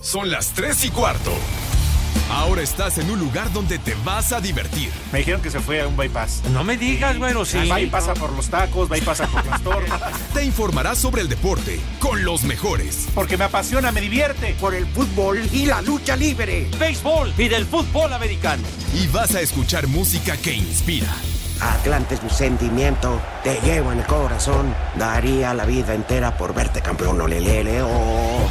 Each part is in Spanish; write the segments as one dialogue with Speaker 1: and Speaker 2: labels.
Speaker 1: Son las 3 y cuarto. Ahora estás en un lugar donde te vas a divertir.
Speaker 2: Me dijeron que se fue a un bypass.
Speaker 3: No me digas, güero, sí.
Speaker 2: Va y pasa por los tacos, va y pasa por las tortas.
Speaker 1: Te informarás sobre el deporte con los mejores.
Speaker 2: Porque me apasiona, me divierte.
Speaker 4: por el fútbol y la lucha libre.
Speaker 3: Béisbol y del fútbol americano.
Speaker 1: Y vas a escuchar música que inspira.
Speaker 4: Atlante es mi sentimiento, te llevo en el corazón. Daría la vida entera por verte campeón, olelele, oh.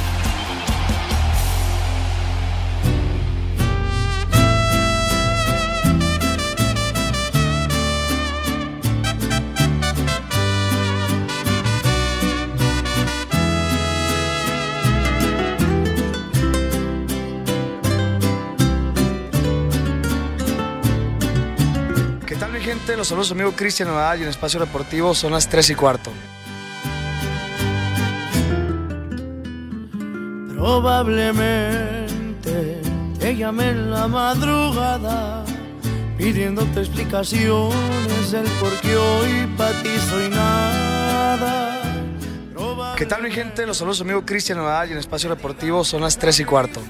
Speaker 5: ¿Qué tal mi gente? Los saludos a su amigo Cristian Nadal y en Espacio Deportivo son las 3 y cuarto.
Speaker 6: Probablemente te llamé en la madrugada pidiéndote explicaciones del por qué hoy para ti soy nada.
Speaker 5: ¿Qué tal mi gente? Los saludos a su amigo Cristian Nadal y en Espacio Deportivo son las 3 y cuarto.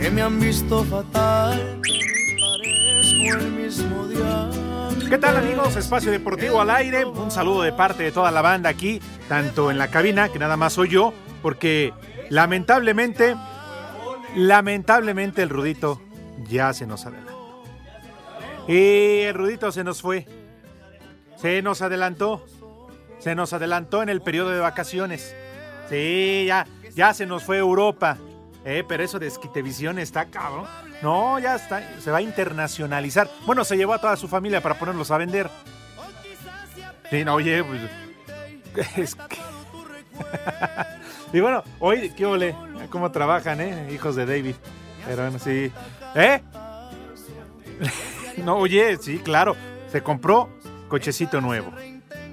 Speaker 6: Que me han visto fatal, parezco el mismo día.
Speaker 2: ¿Qué tal, amigos? Espacio Deportivo al aire. Un saludo de parte de toda la banda aquí, tanto en la cabina, que nada más soy yo, porque lamentablemente, lamentablemente el Rudito ya se nos adelantó. Y el Rudito se nos fue. Se nos adelantó. Se nos adelantó en el periodo de vacaciones. Sí, ya, ya se nos fue a Europa. Eh, pero eso de Esquitevisión está cabrón. No, ya está. Se va a internacionalizar. Bueno, se llevó a toda su familia para ponerlos a vender. Sí, no, oye, pues. es que- y bueno, hoy, ¿qué ole? ¿Cómo trabajan, eh? Hijos de David. Pero bueno, sí. ¿Eh? no, oye, sí, claro. Se compró cochecito nuevo,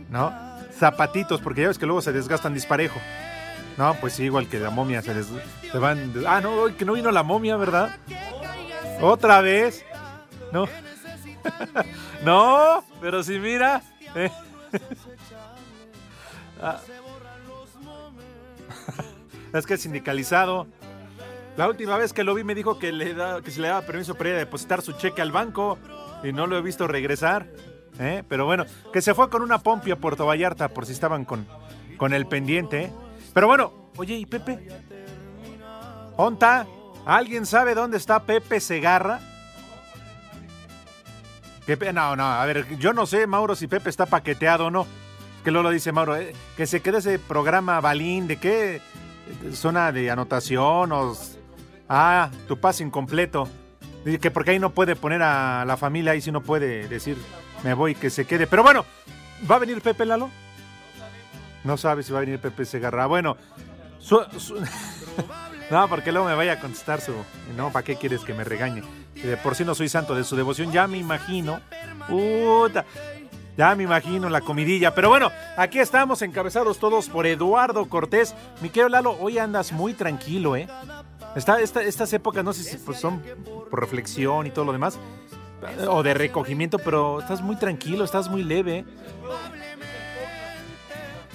Speaker 2: ¿no? Zapatitos, porque ya ves que luego se desgastan disparejo. No, pues sí, igual que la momia se les se van. Ah, no, hoy que no vino la momia, ¿verdad? Otra vez. No. no, pero si mira. eh. Ah. es que es sindicalizado. La última vez que lo vi me dijo que, le da, que se le daba permiso para ir a depositar su cheque al banco y no lo he visto regresar. ¿eh? Pero bueno, que se fue con una pompi a Puerto Vallarta por si estaban con, con el pendiente. ¿eh? Pero bueno, oye, ¿y Pepe? ¿Onta? ¿Alguien sabe dónde está Pepe Segarra? Que pe- no, no, a ver, yo no sé, Mauro, si Pepe está paqueteado o no. Es que Lolo dice, Mauro, eh, que se quede ese programa Balín, ¿de qué? eh, Zona de anotación o... s- Ah, tu pase incompleto. Dice Que porque ahí no puede poner a la familia, ahí sí no puede decir, me voy, que se quede. Pero bueno, ¿va a venir Pepe Lalo? No sabe si va a venir Pepe Segarra. Bueno, su- su- no, porque luego me vaya a contestar su... No, ¿para qué quieres que me regañe? Si De por sí no soy santo de su devoción, ya me imagino. Puta, ya me imagino la comidilla. Pero bueno, aquí estamos encabezados todos por Eduardo Cortés. Mi querido Lalo, hoy andas muy tranquilo, ¿eh? Está, esta- estas épocas, no sé si pues, son por reflexión y todo lo demás, o de recogimiento, pero estás muy tranquilo, estás muy leve.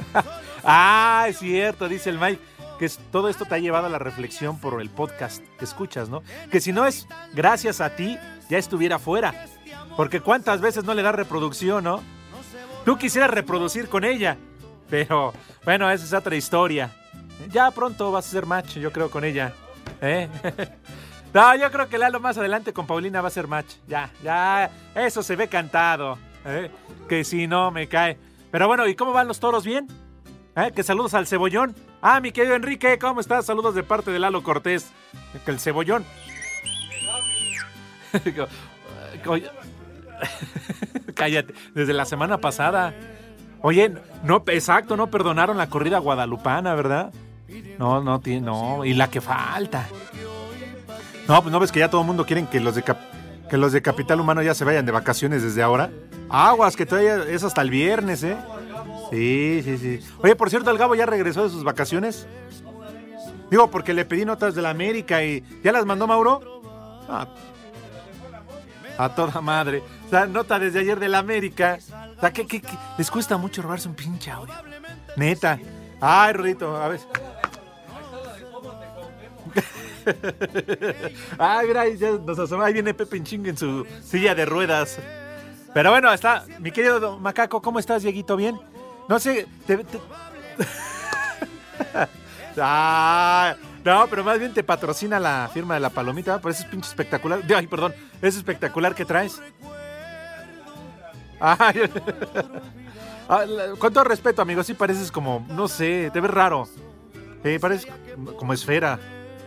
Speaker 2: ah, es cierto, dice el Mike, que es- todo esto te ha llevado a la reflexión por el podcast que escuchas, ¿no? Que si no es gracias a ti, ya estuviera fuera. Porque cuántas veces no le da reproducción, ¿no? Tú quisieras reproducir con ella, pero bueno, esa es otra historia. Ya pronto vas a ser match, yo creo, con ella. ¿eh? no, yo creo que Lalo más adelante con Paulina va a ser match. Ya, ya, eso se ve cantado. ¿eh? Que si no, me cae. Pero bueno, ¿y cómo van los toros? ¿Bien? ¿Eh? Que saludos al cebollón. Ah, mi querido Enrique, ¿cómo estás? Saludos de parte de Lalo Cortés. Que el cebollón. eh, Oye, Cállate, desde la semana pasada. Oye, no, exacto, no perdonaron la corrida guadalupana, ¿verdad? No, no tiene, no, y la que falta. No, pues no ves que ya todo el mundo quieren que los de cap- que los de capital humano ya se vayan de vacaciones desde ahora. Aguas, que todavía es hasta el viernes, ¿eh? Sí, sí, sí. Oye, por cierto, el Gabo ya regresó de sus vacaciones. Digo, porque le pedí notas de la América y ya las mandó Mauro. Ah, A toda madre. O sea, nota desde ayer del América. O sea, ¿qué, qué, qué? Les cuesta mucho robarse un pinche audio. Neta. Ay, Rudito, a ver. Ay, mira, ahí ya nos asoma. Ahí viene Pepe en chinga en su silla de ruedas. Pero bueno, está. Mi querido don Macaco, ¿cómo estás, Dieguito? ¿Bien? No sé. te- te- Ah, no, pero más bien te patrocina la firma de la palomita, por eso es pinche espectacular. Ay, perdón, es espectacular que traes. Ay, ah, la- con todo respeto, amigo, sí pareces como, no sé, te ves raro. Eh, pareces como esfera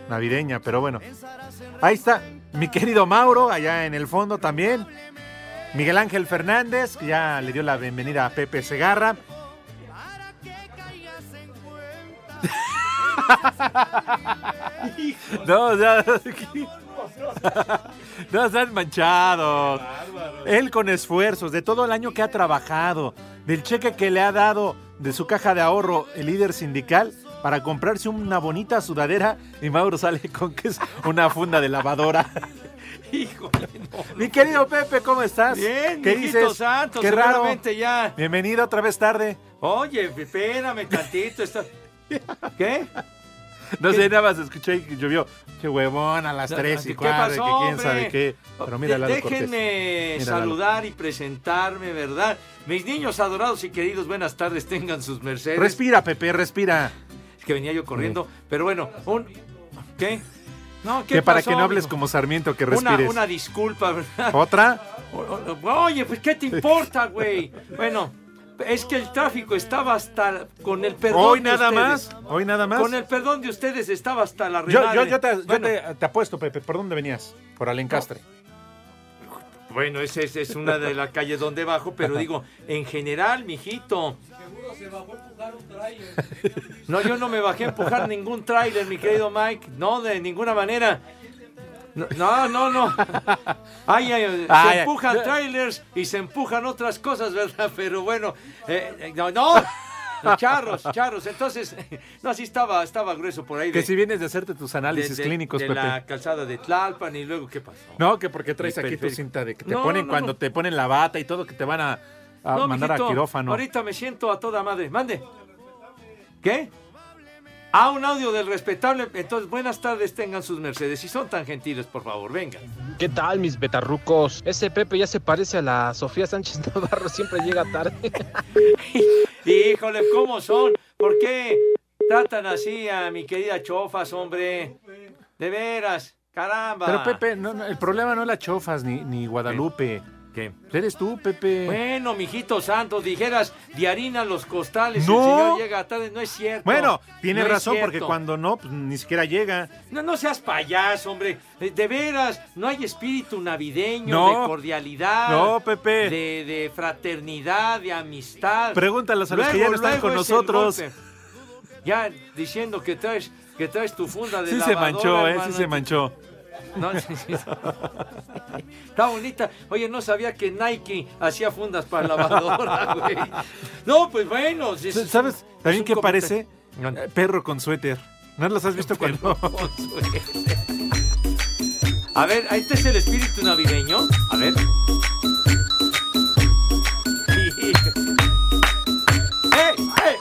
Speaker 2: navideña, pero bueno. Ahí está, mi querido Mauro, allá en el fondo también. Miguel Ángel Fernández, que ya le dio la bienvenida a Pepe Segarra. No, o sea, no están manchados. Él con esfuerzos, de todo el año que ha trabajado, del cheque que le ha dado de su caja de ahorro el líder sindical para comprarse una bonita sudadera y Mauro sale con que es una funda de lavadora.
Speaker 3: Híjole, no.
Speaker 2: Mi querido Pepe, ¿cómo estás?
Speaker 3: Bien,
Speaker 2: ¿Qué
Speaker 3: mijito
Speaker 2: dices?
Speaker 3: santo,
Speaker 2: Qué raro.
Speaker 3: seguramente ya.
Speaker 2: Bienvenido otra vez tarde.
Speaker 3: Oye, espérame tantito. está- ¿Qué?
Speaker 2: No
Speaker 3: ¿Qué?
Speaker 2: sé, nada más escuché y llovió. Qué huevón a las tres y
Speaker 3: ¿Qué
Speaker 2: cuatro,
Speaker 3: pasó,
Speaker 2: que quién
Speaker 3: hombre? Oh,
Speaker 2: sabe qué. Pero mira,
Speaker 3: De-
Speaker 2: Lalo Cortés.
Speaker 3: Déjenme
Speaker 2: Mira, Lalo.
Speaker 3: saludar y presentarme, ¿verdad? Mis niños adorados y queridos, buenas tardes, tengan sus mercedes.
Speaker 2: Respira, Pepe, respira.
Speaker 3: Es que venía yo corriendo, pero bueno, un... ¿Qué? No, ¿qué
Speaker 2: Que para
Speaker 3: pasó,
Speaker 2: que no hables
Speaker 3: amigo?
Speaker 2: como Sarmiento, que
Speaker 3: Una,
Speaker 2: respires.
Speaker 3: una disculpa, ¿verdad?
Speaker 2: ¿Otra?
Speaker 3: O- o- o- Oye, pues ¿qué te importa, güey? Bueno, es que el tráfico estaba hasta con el perdón
Speaker 2: ¿Hoy
Speaker 3: de
Speaker 2: nada
Speaker 3: ustedes.
Speaker 2: más? ¿Hoy nada más?
Speaker 3: Con el perdón de ustedes estaba hasta la
Speaker 2: Yo, yo,
Speaker 3: remadre.
Speaker 2: yo te, yo
Speaker 3: bueno,
Speaker 2: te- te apuesto, Pepe. ¿Por dónde venías? Por Alencastre.
Speaker 3: bueno, esa es, es una de las calles donde bajo, pero digo, en general, mijito. No, yo no me bajé a empujar ningún tráiler, mi querido Mike. No, de ninguna manera. No, No, no, no. Ay, ay, ay,
Speaker 2: Ay, ay.
Speaker 3: se empujan trailers y se empujan otras cosas, ¿verdad? Pero bueno, eh, eh, no, no. Charros, charros. Entonces, no, así estaba, estaba grueso por ahí.
Speaker 2: Que
Speaker 3: de-
Speaker 2: si vienes de hacerte tus
Speaker 3: de-
Speaker 2: análisis
Speaker 3: de-
Speaker 2: clínicos,
Speaker 3: de
Speaker 2: Pepe.
Speaker 3: la calzada de Tlalpan y luego, ¿qué pasó?
Speaker 2: No, que porque traes
Speaker 3: Mi
Speaker 2: aquí tu
Speaker 3: periférico.
Speaker 2: cinta de que te
Speaker 3: No,
Speaker 2: ponen
Speaker 3: no,
Speaker 2: cuando
Speaker 3: no.
Speaker 2: te ponen la bata y todo, que te van a, a
Speaker 3: No,
Speaker 2: mandar
Speaker 3: mijito,
Speaker 2: a quirófano.
Speaker 3: Ahorita me siento a toda madre. Mande. ¿Qué? Ah, un audio del respetable. Entonces, buenas tardes, tengan sus mercedes. Si son tan gentiles, por favor, vengan.
Speaker 7: ¿Qué tal, mis betarrucos? Ese Pepe ya se parece a la Sofía Sánchez Navarro, siempre llega tarde.
Speaker 3: Híjole, ¿cómo son? ¿Por qué tratan así a mi querida Chofas, hombre? De veras, caramba.
Speaker 2: Pero Pepe, no, no, el problema no es la chofas ni, ni Guadalupe.
Speaker 3: ¿Qué?
Speaker 2: Eres tú, Pepe.
Speaker 3: Bueno, mijito santo, dijeras de harina los costales,
Speaker 2: No.
Speaker 3: el señor llega tarde, no es cierto.
Speaker 2: Bueno, tiene
Speaker 3: No es
Speaker 2: razón, porque
Speaker 3: cierto.
Speaker 2: cuando no, pues, ni siquiera llega.
Speaker 3: No, no seas payaso, hombre. Eh, De veras, no hay espíritu navideño
Speaker 2: No.
Speaker 3: de cordialidad.
Speaker 2: No, Pepe.
Speaker 3: De, de fraternidad, de amistad.
Speaker 2: Pregúntalos a los que ya no están
Speaker 3: luego
Speaker 2: con
Speaker 3: es el
Speaker 2: nosotros.
Speaker 3: golpe. Ya diciendo que traes, que traes tu funda de
Speaker 2: Sí se
Speaker 3: lavadora,
Speaker 2: manchó, eh, sí
Speaker 3: hermano.
Speaker 2: se manchó.
Speaker 3: No, sí, sí. Está bonita. Oye, no sabía que Nike hacía fundas para lavadora, güey. No, pues bueno. sí, es-
Speaker 2: ¿Sabes? También
Speaker 3: es un
Speaker 2: que
Speaker 3: comentario.
Speaker 2: parece Eh, perro con suéter. ¿No los has visto cuando?
Speaker 3: A ver, este es el espíritu navideño. A ver. Sí. ¡Eh, eh!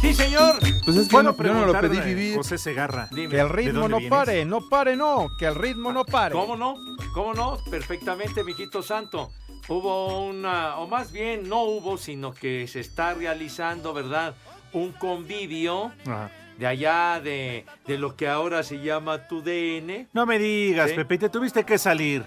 Speaker 3: Sí, señor.
Speaker 8: Pues es que
Speaker 2: Puedo
Speaker 8: yo no- yo no lo pedí
Speaker 2: preguntarle a
Speaker 8: vivir.
Speaker 2: eh, José Segarra.
Speaker 8: Que el
Speaker 3: Dime.
Speaker 8: ritmo
Speaker 2: dónde
Speaker 8: no
Speaker 2: vienes?
Speaker 8: pare, no pare, no. Que el ritmo no pare.
Speaker 3: ¿Cómo no? ¿Cómo no? Perfectamente, mijito santo. Hubo una, o más bien no hubo, sino que se está realizando, ¿verdad? Un convivio
Speaker 2: Ajá.
Speaker 3: de allá de, de lo que ahora se llama tu DN.
Speaker 2: No me digas,
Speaker 3: Sí.
Speaker 2: Pepe, te tuviste que salir.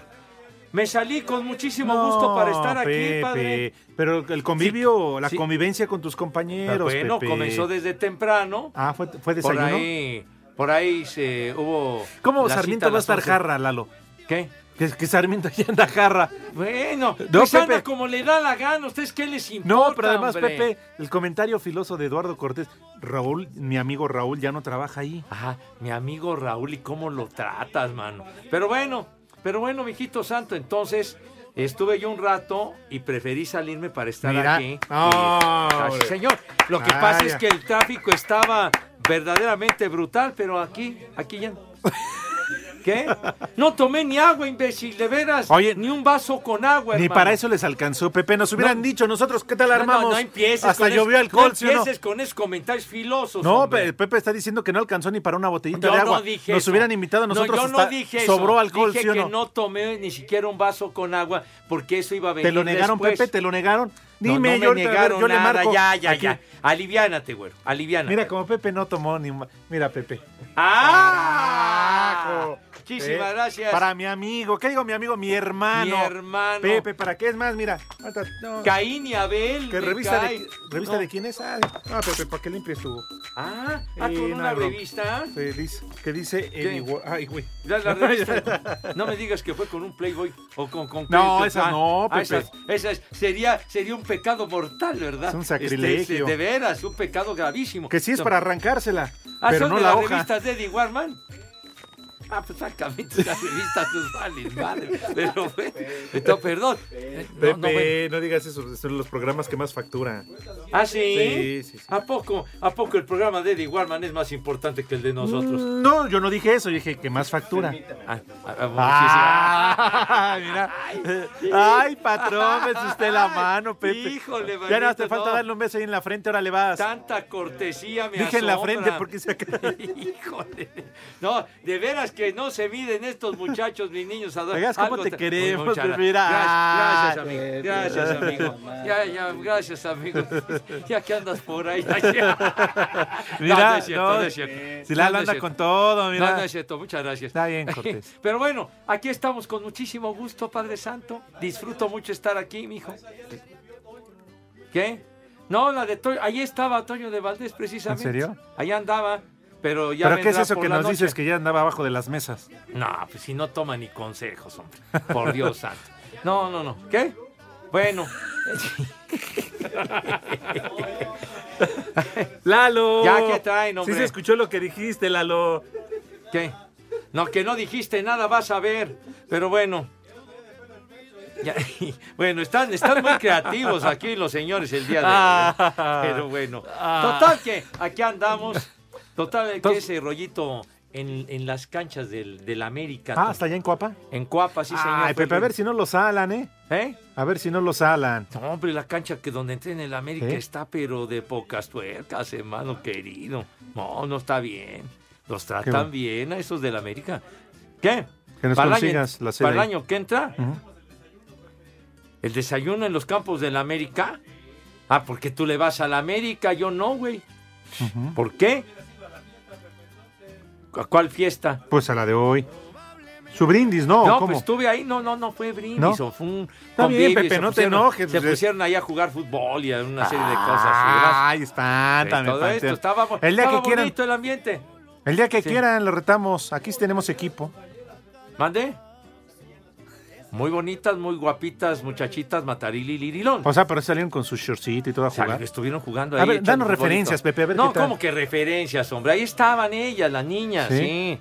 Speaker 3: Me salí con muchísimo gusto para estar aquí,
Speaker 2: Pepe,
Speaker 3: padre.
Speaker 2: Pero el convivio, la
Speaker 3: sí. Ah,
Speaker 2: convivencia con tus compañeros.
Speaker 3: bueno,
Speaker 2: Pepe.
Speaker 3: comenzó desde temprano.
Speaker 2: Ah, fue, fue
Speaker 3: por
Speaker 2: desayuno.
Speaker 3: ahí, por ahí se hubo.
Speaker 2: ¿Cómo
Speaker 3: la cita
Speaker 2: Sarmiento va a
Speaker 3: las
Speaker 2: estar
Speaker 3: 11.
Speaker 2: jarra, Lalo?
Speaker 3: ¿Qué?
Speaker 2: Que, que Sarmiento ya anda jarra.
Speaker 3: Bueno,
Speaker 2: No,
Speaker 3: pues anda
Speaker 2: Pepe.
Speaker 3: como le da la gana, ¿ustedes qué les importa?
Speaker 2: No, pero además,
Speaker 3: hombre?
Speaker 2: Pepe, el comentario filoso de Eduardo Cortés. Raúl, mi amigo Raúl, ya no trabaja ahí.
Speaker 3: Ah, mi amigo Raúl, ¿y cómo lo tratas, mano? Pero bueno, pero bueno, mijito santo, entonces estuve yo un rato y preferí salirme para estar
Speaker 2: Mira.
Speaker 3: aquí.
Speaker 2: No,
Speaker 3: Y- Ah, sí,
Speaker 2: hombre.
Speaker 3: señor, lo que
Speaker 2: Ah,
Speaker 3: pasa
Speaker 2: ya.
Speaker 3: es que el tráfico estaba verdaderamente brutal, pero aquí, aquí ya. ¿Qué? No tomé ni agua, imbécil, de veras.
Speaker 2: Oye,
Speaker 3: ni un vaso con agua,
Speaker 2: Ni
Speaker 3: Pues, hermano.
Speaker 2: para eso les alcanzó, Pepe. Nos hubieran
Speaker 3: No.
Speaker 2: dicho nosotros, ¿qué tal
Speaker 3: No, no,
Speaker 2: armamos?
Speaker 3: No, empieces
Speaker 2: Hasta
Speaker 3: con
Speaker 2: llovió
Speaker 3: es-
Speaker 2: alcohol,
Speaker 3: no
Speaker 2: ¿sí o no?
Speaker 3: empieces con esos comentarios filosos.
Speaker 2: No,
Speaker 3: hombre.
Speaker 2: Pe- Pepe está diciendo que no alcanzó ni para una botellita
Speaker 3: Yo
Speaker 2: de agua.
Speaker 3: no dije
Speaker 2: Nos
Speaker 3: eso.
Speaker 2: hubieran invitado
Speaker 3: No,
Speaker 2: nosotros.
Speaker 3: yo
Speaker 2: hasta
Speaker 3: no dije eso.
Speaker 2: sobró alcohol,
Speaker 3: dije
Speaker 2: ¿sí o
Speaker 3: que
Speaker 2: no?
Speaker 3: no? tomé ni siquiera un vaso con agua porque eso iba a venir
Speaker 2: ¿Te lo negaron,
Speaker 3: después.
Speaker 2: Pepe? ¿Te lo negaron?
Speaker 3: No,
Speaker 2: Dime,
Speaker 3: no me
Speaker 2: yo, ahorita, a ver,
Speaker 3: negaron
Speaker 2: yo le
Speaker 3: nada,
Speaker 2: marco.
Speaker 3: ya, ya,
Speaker 2: aquí.
Speaker 3: ya. Aliviánate, güero, aliviánate.
Speaker 2: Mira, como Pepe no tomó ni... un- Mira, Pepe.
Speaker 3: ¡Ah!
Speaker 2: Carajo.
Speaker 3: Muchísimas
Speaker 2: Eh,
Speaker 3: gracias.
Speaker 2: Para mi amigo. ¿Qué digo mi amigo? Mi
Speaker 3: mi
Speaker 2: hermano.
Speaker 3: hermano.
Speaker 2: Pepe, ¿para qué es más? Mira. ahorita- no.
Speaker 3: Caín y Abel.
Speaker 2: ¿Qué
Speaker 3: me
Speaker 2: revista
Speaker 3: cae.
Speaker 2: de, revista
Speaker 3: No.
Speaker 2: de quién es? Ah, no, Pepe, ¿para qué limpies tu...?
Speaker 3: Ah, ah,
Speaker 2: Sí,
Speaker 3: con
Speaker 2: Eh, no
Speaker 3: una
Speaker 2: hay bronca.
Speaker 3: revista.
Speaker 2: Se dice, que dice
Speaker 3: ¿Qué?
Speaker 2: el igual- Ay, güey.
Speaker 3: Ya la revista. No me digas que fue con un Playboy o con... con
Speaker 2: No,
Speaker 3: con-
Speaker 2: esas
Speaker 3: ah,
Speaker 2: no,
Speaker 3: ah,
Speaker 2: Pepe.
Speaker 3: Esas, esas sería, sería un pecado mortal, ¿verdad?
Speaker 2: Es un
Speaker 3: Este, este,
Speaker 2: sacrilegio.
Speaker 3: de veras, un pecado gravísimo.
Speaker 2: Que sí es
Speaker 3: No.
Speaker 2: para arrancársela,
Speaker 3: Ah,
Speaker 2: pero
Speaker 3: son
Speaker 2: no
Speaker 3: de
Speaker 2: la
Speaker 3: las
Speaker 2: hoja.
Speaker 3: revistas de Eddie Warman. Ah, pues francamente, las revistas nos valen, madre. Pero, bueno, entonces, perdón. No, no, bueno.
Speaker 2: Pepe, no, digas eso, son los programas que más facturan.
Speaker 3: ¿Ah, sí?
Speaker 2: Sí, sí, sí.
Speaker 3: ¿A poco, ¿A poco el programa de Eddie Warman es más importante que el de nosotros?
Speaker 2: No, yo no dije eso, yo dije que más factura.
Speaker 3: Ah, ah, ah,
Speaker 2: Ah, mira. Ay, patrón, me asusté la
Speaker 3: Ay,
Speaker 2: mano, Pepe.
Speaker 3: híjole,
Speaker 2: ya no
Speaker 3: manito,
Speaker 2: te falta
Speaker 3: no.
Speaker 2: darle un beso ahí en la frente, ahora le vas.
Speaker 3: Tanta cortesía me
Speaker 2: Dije en la
Speaker 3: asombra.
Speaker 2: frente porque se acaba.
Speaker 3: Híjole. No, de veras que no se miden estos muchachos, mis niños. ador-
Speaker 2: Oigas, ¿cómo
Speaker 3: algo
Speaker 2: te
Speaker 3: tra-
Speaker 2: queremos, Pues
Speaker 3: Muchas gra-
Speaker 2: mira?
Speaker 3: Gracias,
Speaker 2: Ay,
Speaker 3: gracias, amigo. Gracias, amigo. Ya, ya, gracias, amigo. Ya que andas por ahí. Mira, no, es cierto, no es cierto.
Speaker 2: Si
Speaker 3: No,
Speaker 2: la
Speaker 3: no es
Speaker 2: anda
Speaker 3: cierto.
Speaker 2: con todo,
Speaker 3: No,
Speaker 2: mira.
Speaker 3: no es cierto, muchas gracias.
Speaker 2: Está bien, Cortés.
Speaker 3: Pero bueno, aquí estamos con muchísimo gusto, Padre Santo. Disfruto mucho estar aquí, mijo. ¿Qué? No, la de Toño. Ahí estaba Toño de Valdés, precisamente.
Speaker 2: ¿En serio?
Speaker 3: Allá andaba, pero ya.
Speaker 2: ¿Pero qué es
Speaker 3: vendrá
Speaker 2: eso
Speaker 3: por
Speaker 2: que
Speaker 3: la
Speaker 2: nos
Speaker 3: noche.
Speaker 2: dices que ya andaba abajo de las mesas?
Speaker 3: No, pues si no toma ni consejos, hombre. Por Dios santo. No, no, no. ¿Qué? Bueno.
Speaker 2: Lalo.
Speaker 3: Ya, ¿qué traen,
Speaker 2: Sí
Speaker 3: hombre?
Speaker 2: se escuchó lo que dijiste, Lalo.
Speaker 3: ¿Qué? No, que no dijiste nada, vas a ver. Pero bueno. Ya, bueno, están, están muy creativos aquí los señores el día de hoy. ¿eh?
Speaker 2: Ah.
Speaker 3: Pero bueno. Total que aquí andamos. Total que
Speaker 2: Entonces-
Speaker 3: ese rollito en, en las canchas del, del América.
Speaker 2: Ah, ¿hasta allá en Cuapa?
Speaker 3: En Cuapa, sí, señor.
Speaker 2: Ay,
Speaker 3: fue
Speaker 2: Pepe, a
Speaker 3: el-
Speaker 2: ver si no lo salan, ¿eh?
Speaker 3: ¿Eh?
Speaker 2: A ver si no lo salan.
Speaker 3: No, hombre, la cancha que donde entrena el América
Speaker 2: ¿Eh?
Speaker 3: está, pero de pocas tuercas, hermano querido. No, no está bien. Los tratan
Speaker 2: bueno.
Speaker 3: bien a esos del América. ¿Qué?
Speaker 2: Que nos
Speaker 3: Para el año-
Speaker 2: consigas la sede
Speaker 3: Para el
Speaker 2: ahí.
Speaker 3: año que entra,
Speaker 2: Ujú.
Speaker 3: el desayuno en los campos del América. Ah, porque tú le vas al América, yo no, güey.
Speaker 2: Ujú.
Speaker 3: ¿Por qué? ¿A cuál fiesta?
Speaker 2: Pues a la de hoy. Su brindis, ¿no?
Speaker 3: No,
Speaker 2: ¿O ¿Cómo?
Speaker 3: pues estuve ahí, no, no, no fue brindis,
Speaker 2: ¿No?
Speaker 3: o fue un
Speaker 2: Está bien,
Speaker 3: convivio,
Speaker 2: Pepe,
Speaker 3: se
Speaker 2: no te
Speaker 3: pusieron-
Speaker 2: enojes,
Speaker 3: Se
Speaker 2: pues, es-
Speaker 3: pusieron ahí a jugar fútbol y a una serie de cosas.
Speaker 2: Ah,
Speaker 3: ¿verdad?
Speaker 2: Ay, estántame,
Speaker 3: todo esto
Speaker 2: Panteón.
Speaker 3: estaba, bo-
Speaker 2: el día
Speaker 3: estaba
Speaker 2: que quieran,
Speaker 3: bonito el ambiente.
Speaker 2: el día que
Speaker 3: Sí.
Speaker 2: quieran lo retamos. Aquí tenemos equipo.
Speaker 3: ¿Mande? Muy bonitas, muy guapitas, muchachitas, Matarili y Lirilón.
Speaker 2: O sea, pero salieron con su shortcito y todo a
Speaker 3: O sea,
Speaker 2: jugar.
Speaker 3: estuvieron jugando
Speaker 2: A
Speaker 3: ahí.
Speaker 2: ver,
Speaker 3: echando
Speaker 2: danos
Speaker 3: futbolito.
Speaker 2: referencias, Pepe, a ver
Speaker 3: No,
Speaker 2: qué tal.
Speaker 3: ¿cómo que referencias, hombre? Ahí estaban ellas, las niñas,
Speaker 2: ¿Sí?
Speaker 3: sí.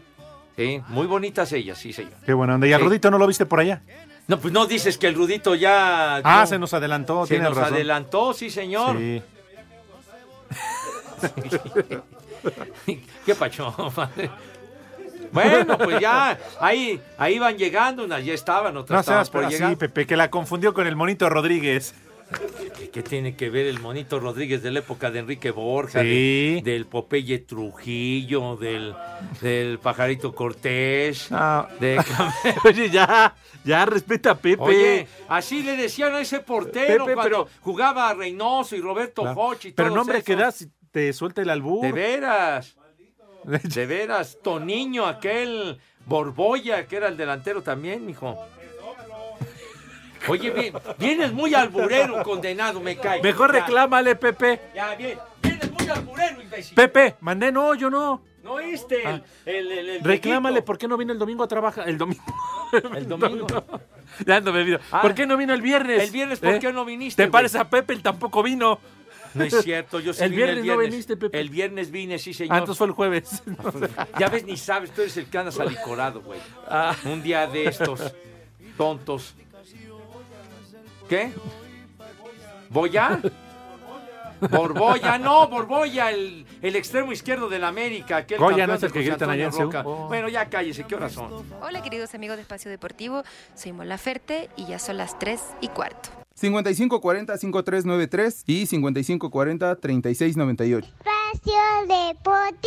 Speaker 3: Sí, muy bonitas ellas, sí, señor.
Speaker 2: Qué buena onda. ¿Y al
Speaker 3: Sí.
Speaker 2: Rudito no lo viste por allá?
Speaker 3: No, pues no dices que el Rudito ya...
Speaker 2: Ah,
Speaker 3: no,
Speaker 2: se nos adelantó,
Speaker 3: se
Speaker 2: tienes
Speaker 3: nos
Speaker 2: razón.
Speaker 3: adelantó, sí, señor.
Speaker 2: Sí.
Speaker 3: Qué pachón, padre. Bueno, pues ya, ahí, ahí van llegando, unas ya estaban, otras
Speaker 2: No
Speaker 3: estaban
Speaker 2: seas por
Speaker 3: por llegar.
Speaker 2: así, Pepe, que la confundió con el monito Rodríguez.
Speaker 3: ¿Qué- ¿Qué tiene que ver el monito Rodríguez de la época de Enrique Borja,
Speaker 2: Sí.
Speaker 3: de- del Popeye Trujillo, del, del pajarito Cortés?
Speaker 2: Ah.
Speaker 3: de Cam-
Speaker 2: Oye, ya, ya respeta a Pepe.
Speaker 3: Oye, así le decían a ese portero
Speaker 2: Pepe,
Speaker 3: cuando
Speaker 2: pero-
Speaker 3: jugaba a Reynoso y Roberto
Speaker 2: Claro.
Speaker 3: Hoch y
Speaker 2: Pero
Speaker 3: todos
Speaker 2: nombre que
Speaker 3: esos.
Speaker 2: das si te suelta el albur.
Speaker 3: De veras, de veras, Toniño, aquel Borboya, que era el delantero también, mijo. Oye, bien- vienes muy alburero, condenado, me cae.
Speaker 2: Mejor
Speaker 3: Ya,
Speaker 2: reclámale, Pepe.
Speaker 3: Ya, bien. Vienes muy alburero, imbécil.
Speaker 2: Pepe, mandé no, yo no.
Speaker 3: No este, el, el, el, el
Speaker 2: Ah. Reclámale,
Speaker 3: viejito.
Speaker 2: ¿por qué no vino el domingo a trabajar? El domingo.
Speaker 3: El domingo.
Speaker 2: Ya ando bebido.
Speaker 3: Ah.
Speaker 2: ¿Por qué no vino el viernes?
Speaker 3: El viernes, ¿por
Speaker 2: ¿Eh?
Speaker 3: qué no
Speaker 2: ¿Te
Speaker 3: viniste? güey?
Speaker 2: parece a Pepe? Él tampoco vino.
Speaker 3: No es cierto, yo sí
Speaker 2: El
Speaker 3: vine el
Speaker 2: viernes no
Speaker 3: viernes.
Speaker 2: viniste, Pepe.
Speaker 3: El viernes vine, sí,
Speaker 2: Ah,
Speaker 3: señor.
Speaker 2: entonces fue el jueves.
Speaker 3: Ya ves, ni sabes, tú eres el que andas alicorado, güey.
Speaker 2: Ah.
Speaker 3: Un día de estos tontos. ¿Qué? ¿Voy ya? Borboya, no, Borboya, el, el extremo izquierdo del América. Aquel
Speaker 2: Goya,
Speaker 3: campeón
Speaker 2: ¿no es el
Speaker 3: de
Speaker 2: que
Speaker 3: José
Speaker 2: gritan
Speaker 3: Antonio
Speaker 2: allá en Seúl?
Speaker 3: Roca.
Speaker 2: Oh.
Speaker 3: Bueno, ya cállese, ¿qué horas son?
Speaker 9: Hola queridos amigos de Espacio Deportivo, soy Mola Ferte y ya son las 3 y cuarto.
Speaker 8: 5540-5393 y 5540-3698.
Speaker 10: Espacio Deportivo.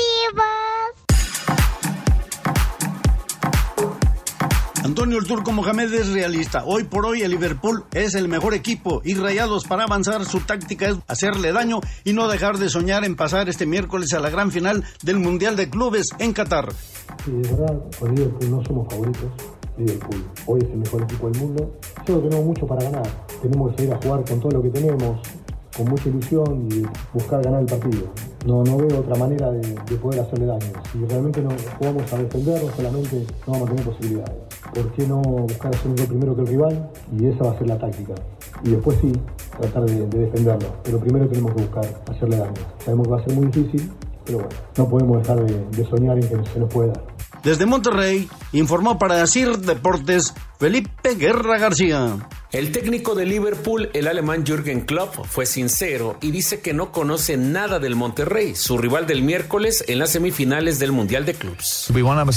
Speaker 11: Antonio el Turco Mohamed es realista. Hoy por hoy el Liverpool es el mejor equipo y Rayados para avanzar su táctica es hacerle daño y no dejar de soñar en pasar este miércoles a la gran final del Mundial de Clubes en Qatar.
Speaker 12: Y de verdad, con Liverpool no somos favoritos. Liverpool hoy es el mejor equipo del mundo. Solo tenemos mucho para ganar. Tenemos que salir a jugar con todo lo que tenemos, con mucha ilusión y buscar ganar el partido. No, no veo otra manera de, de poder hacerle daño. Si realmente no jugamos a defendernos, solamente no vamos a tener posibilidades. ¿Por qué no buscar hacer un gol primero que el rival? Y esa va a ser la táctica. Y después sí, tratar de, de defenderlo. Pero primero tenemos que buscar hacerle daño. Sabemos que va a ser muy difícil, pero bueno, no podemos dejar de, de soñar en que se nos puede dar.
Speaker 11: Desde Monterrey informó para decir Deportes Felipe Guerra García.
Speaker 13: El técnico de Liverpool, el alemán Jürgen Klopp, fue sincero y dice que no conoce nada del Monterrey, su rival del miércoles en las semifinales del Mundial de Clubs.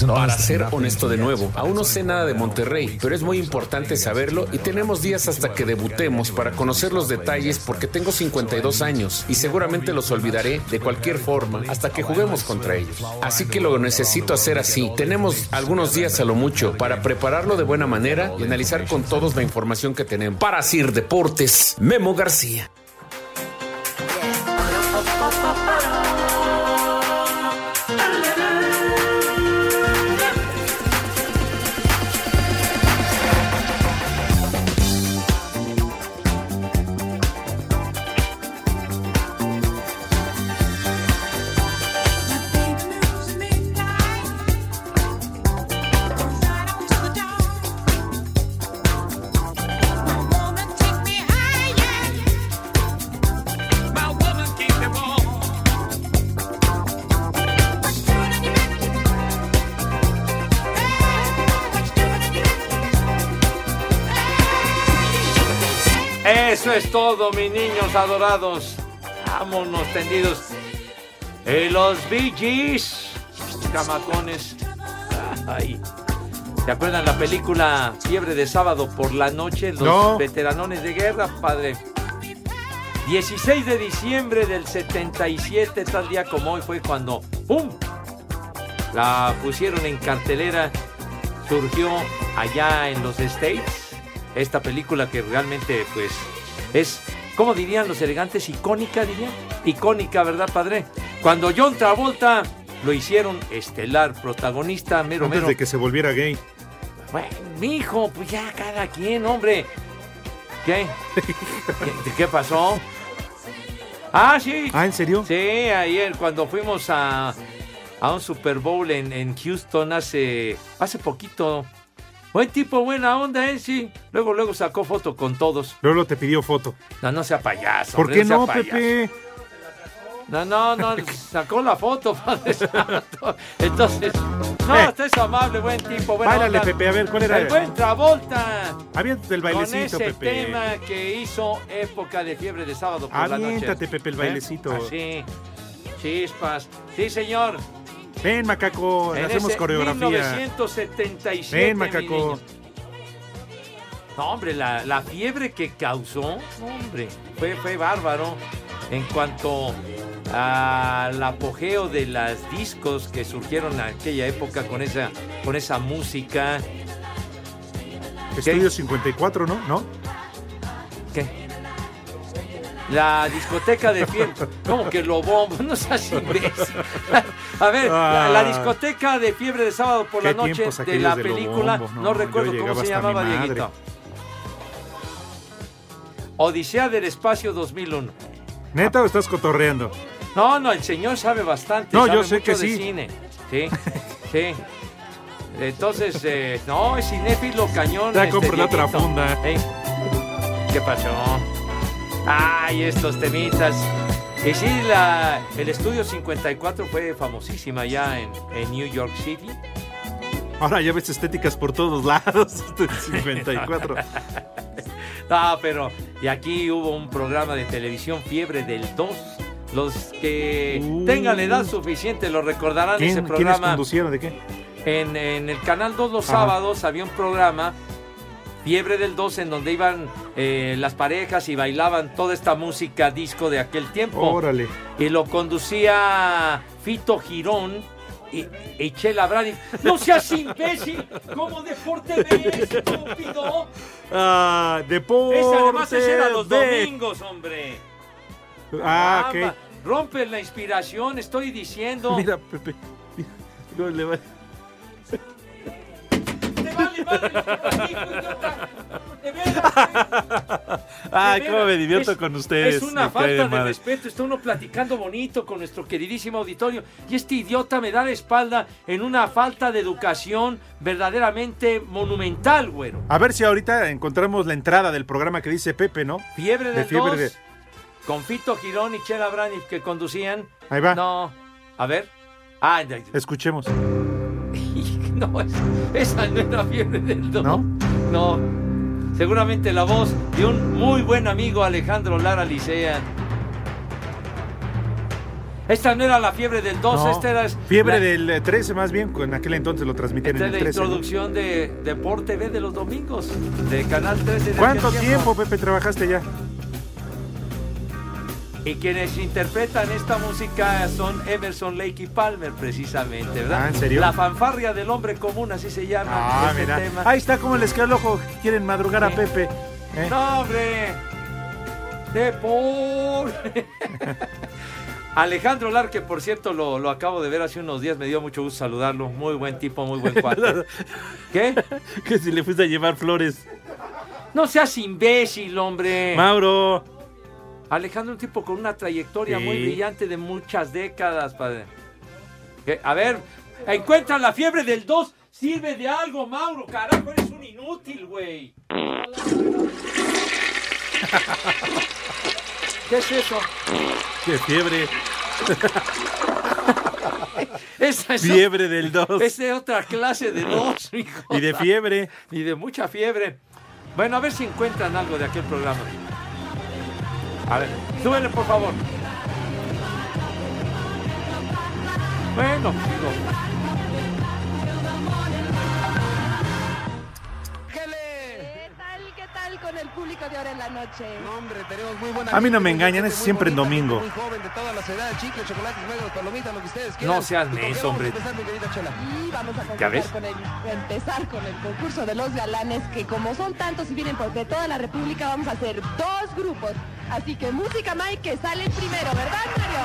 Speaker 13: Para ser honesto de nuevo, aún no sé nada de Monterrey, pero es muy importante saberlo y tenemos días hasta que debutemos para conocer los detalles porque tengo 52 años y seguramente los olvidaré de cualquier forma hasta que juguemos contra ellos. Así que lo necesito hacer así. Tenemos algunos días a lo mucho para prepararlo de buena manera y analizar con todos la información que tenemos. Para Sir Deportes, Memo García.
Speaker 3: Eso es todo, mis niños adorados. Vámonos tendidos. Eh, los Bee Gees, camacones. Ay. ¿Se acuerdan la película Fiebre de Sábado por la Noche? Los
Speaker 2: No.
Speaker 3: veteranones de guerra, padre. 16 de diciembre del 77, tal día como hoy, fue cuando ¡pum! La pusieron en cartelera. Surgió allá en los States. Esta película que realmente, pues, es, ¿cómo dirían los elegantes? Icónica, dirían. Icónica, ¿verdad, padre? Cuando John Travolta lo hicieron estelar, protagonista, mero,
Speaker 2: Antes
Speaker 3: mero.
Speaker 2: de que se volviera gay.
Speaker 3: Bueno, mijo, pues ya cada quien, hombre. ¿Qué? ¿Qué, qué pasó? Ah, sí.
Speaker 2: Ah, ¿en serio?
Speaker 3: Sí, ayer cuando fuimos a, a un Super Bowl en, en Houston hace, hace poquito. Buen tipo, buena onda, ¿eh? Sí. Luego, luego sacó foto con todos.
Speaker 2: Lolo te pidió foto.
Speaker 3: No, no sea payaso.
Speaker 2: ¿Por
Speaker 3: hombre,
Speaker 2: qué
Speaker 3: sea
Speaker 2: no,
Speaker 3: payaso.
Speaker 2: Pepe?
Speaker 3: No, no, no, sacó la foto, Padre Santo. Entonces, no,
Speaker 2: Eh.
Speaker 3: usted es amable, buen tipo, buena
Speaker 2: Báilale,
Speaker 3: onda.
Speaker 2: Pepe, a ver, ¿cuál era?
Speaker 3: El buen Travolta.
Speaker 2: Aviéntate el
Speaker 3: Con
Speaker 2: bailecito,
Speaker 3: ese
Speaker 2: Pepe.
Speaker 3: tema que hizo época de fiebre de sábado por la
Speaker 2: Aviéntate,
Speaker 3: noche.
Speaker 2: Pepe, el bailecito.
Speaker 3: ¿Eh? Así. Chispas. Sí, señor.
Speaker 2: Ven, macaco,
Speaker 3: En
Speaker 2: hacemos
Speaker 3: ese
Speaker 2: coreografía.
Speaker 3: 1977.
Speaker 2: Ven,
Speaker 3: mi niño.
Speaker 2: macaco.
Speaker 3: No, hombre, la, la fiebre que causó, no, hombre, fue, fue bárbaro en cuanto al apogeo de las discos que surgieron en aquella época con esa, con esa música.
Speaker 2: Estudio 54, ¿no? ¿No?
Speaker 3: ¿Qué? La discoteca de fiebre. ¿Cómo que lo bombo? No seas imbécil. A ver, la, la discoteca de fiebre de sábado por la
Speaker 2: Ah. Qué
Speaker 3: noche
Speaker 2: tiempos
Speaker 3: de
Speaker 2: aquellos
Speaker 3: la
Speaker 2: de lo
Speaker 3: película.
Speaker 2: bombo,
Speaker 3: no,
Speaker 2: no, yo
Speaker 3: recuerdo cómo
Speaker 2: llegaba
Speaker 3: se
Speaker 2: hasta mi
Speaker 3: llamaba,
Speaker 2: madre.
Speaker 3: Dieguito. Odisea del Espacio 2001.
Speaker 2: ¿Neta o estás cotorreando?
Speaker 3: No, no, el señor sabe bastante.
Speaker 2: No,
Speaker 3: sabe
Speaker 2: yo sé
Speaker 3: mucho
Speaker 2: que
Speaker 3: de
Speaker 2: sí.
Speaker 3: cine. Sí, sí. Entonces, eh, no, es cinéfilo cañón.
Speaker 2: Ya
Speaker 3: este
Speaker 2: compré la otra
Speaker 3: Dieguito.
Speaker 2: funda.
Speaker 3: Ey, ¿Qué pasó? Ay, estos temitas. Y sí, la, el estudio 54 fue famosísima allá en, en New York City.
Speaker 2: Este Ahora ya ves estéticas por todos lados. Estudio 54.
Speaker 3: No, Ah, pero. Y aquí hubo un programa de televisión Fiebre del 2. Los que tengan la edad suficiente lo recordarán
Speaker 2: Uh. ¿Quién-
Speaker 3: ese
Speaker 2: ¿Quiénes
Speaker 3: programa.
Speaker 2: conducieron? ¿De qué?
Speaker 3: En, en el Canal 2 los
Speaker 2: Ajá.
Speaker 3: sábados había un programa, Fiebre del 2, en donde iban eh, las parejas y bailaban toda esta música disco de aquel tiempo.
Speaker 2: Órale.
Speaker 3: Y lo conducía Fito Girón y, y Chela Brady. ¡No seas imbécil! ¿Cómo deporte ves, estúpido?
Speaker 2: Ah, deporte.
Speaker 3: Ese además ese era los
Speaker 2: de-
Speaker 3: domingos, hombre.
Speaker 2: Ah,
Speaker 3: Caramba,
Speaker 2: ok.
Speaker 3: Rompes la inspiración, estoy diciendo.
Speaker 14: Mira, Pepe. mira, no le va-
Speaker 3: Ah,
Speaker 14: Ay, cómo me divierto con ustedes,
Speaker 3: Es una
Speaker 14: me cae de
Speaker 3: falta de,
Speaker 14: madre.
Speaker 3: respeto. Está uno platicando bonito con nuestro queridísimo auditorio. Y este idiota me da la espalda en una falta de educación verdaderamente monumental, güero.
Speaker 2: A ver si ahorita encontramos la entrada del programa que dice Pepe, ¿no?
Speaker 3: Fiebre del
Speaker 2: de fiebre
Speaker 3: 2,
Speaker 2: de-
Speaker 3: con Fito Girón y Chela Braniff que conducían.
Speaker 2: Ahí va.
Speaker 3: No, a ver. Ah, de-
Speaker 2: Escuchemos.
Speaker 3: no, es- esa no era fiebre del 2. ¿No? No. Seguramente la voz de un muy buen amigo Alejandro Lara Licea. Esta no era la fiebre del 2,
Speaker 2: No,
Speaker 3: esta era es-
Speaker 2: Fiebre
Speaker 3: la-
Speaker 2: del eh, 13 más bien, en aquel entonces lo transmitían
Speaker 3: esta
Speaker 2: en el
Speaker 3: es la
Speaker 2: 13. ¿no?
Speaker 3: introducción de Deporte B de los domingos, de Canal 13. de
Speaker 2: ¿Cuánto
Speaker 3: aquel
Speaker 2: tiempo, Pepe, trabajaste ya?
Speaker 3: Y quienes interpretan esta música son Emerson Lake y Palmer, precisamente, ¿verdad?
Speaker 2: Ah, ¿en serio?
Speaker 3: La fanfarria del hombre común, así se llama
Speaker 2: Ah,
Speaker 3: este
Speaker 2: mira.
Speaker 3: tema.
Speaker 2: Ahí está como les queda el ojo. Quieren madrugar
Speaker 3: Sí.
Speaker 2: a Pepe. ¿eh?
Speaker 3: ¡No, hombre! ¡Deporte! Alejandro Lar, que por cierto lo, lo acabo de ver hace unos días, me dio mucho gusto saludarlo. Muy buen tipo, muy buen cuate. ¿Qué?
Speaker 14: Que si le fuiste a llevar flores.
Speaker 3: No seas imbécil, hombre.
Speaker 14: Mauro.
Speaker 3: Alejandro, un tipo con una trayectoria
Speaker 14: Sí.
Speaker 3: muy brillante de muchas décadas, padre. ¿Qué? A ver, encuentra la fiebre del 2. Sirve de algo, Mauro. Carajo, eres un inútil, güey. ¿Qué es eso?
Speaker 14: Qué fiebre.
Speaker 3: Esa es
Speaker 14: Fiebre del 2.
Speaker 3: Es de otra clase de dos, hijo.
Speaker 14: Y de fiebre.
Speaker 3: Y de mucha fiebre. Bueno, a ver si encuentran algo de aquel programa. A ver, súbele, por favor. Bueno, digo,
Speaker 15: ¿Qué tal, qué tal con el público de ahora en la noche? No, hombre, tenemos muy buena
Speaker 2: A mí no me engañan, es siempre en domingo.
Speaker 15: joven de todas las edades, chicle, chocolates, negros, palomitas, lo que ustedes
Speaker 2: quieran. No seas ¿Con qué menso, vamos a hombre. empezar,
Speaker 15: Y vamos a
Speaker 2: ¿Ya ves?
Speaker 15: comenzar con el, empezar con el concurso de los galanes, que como son tantos y vienen por de toda la república, vamos a hacer dos grupos. Así que música, Mike, que sale el primero, ¿verdad, Mario?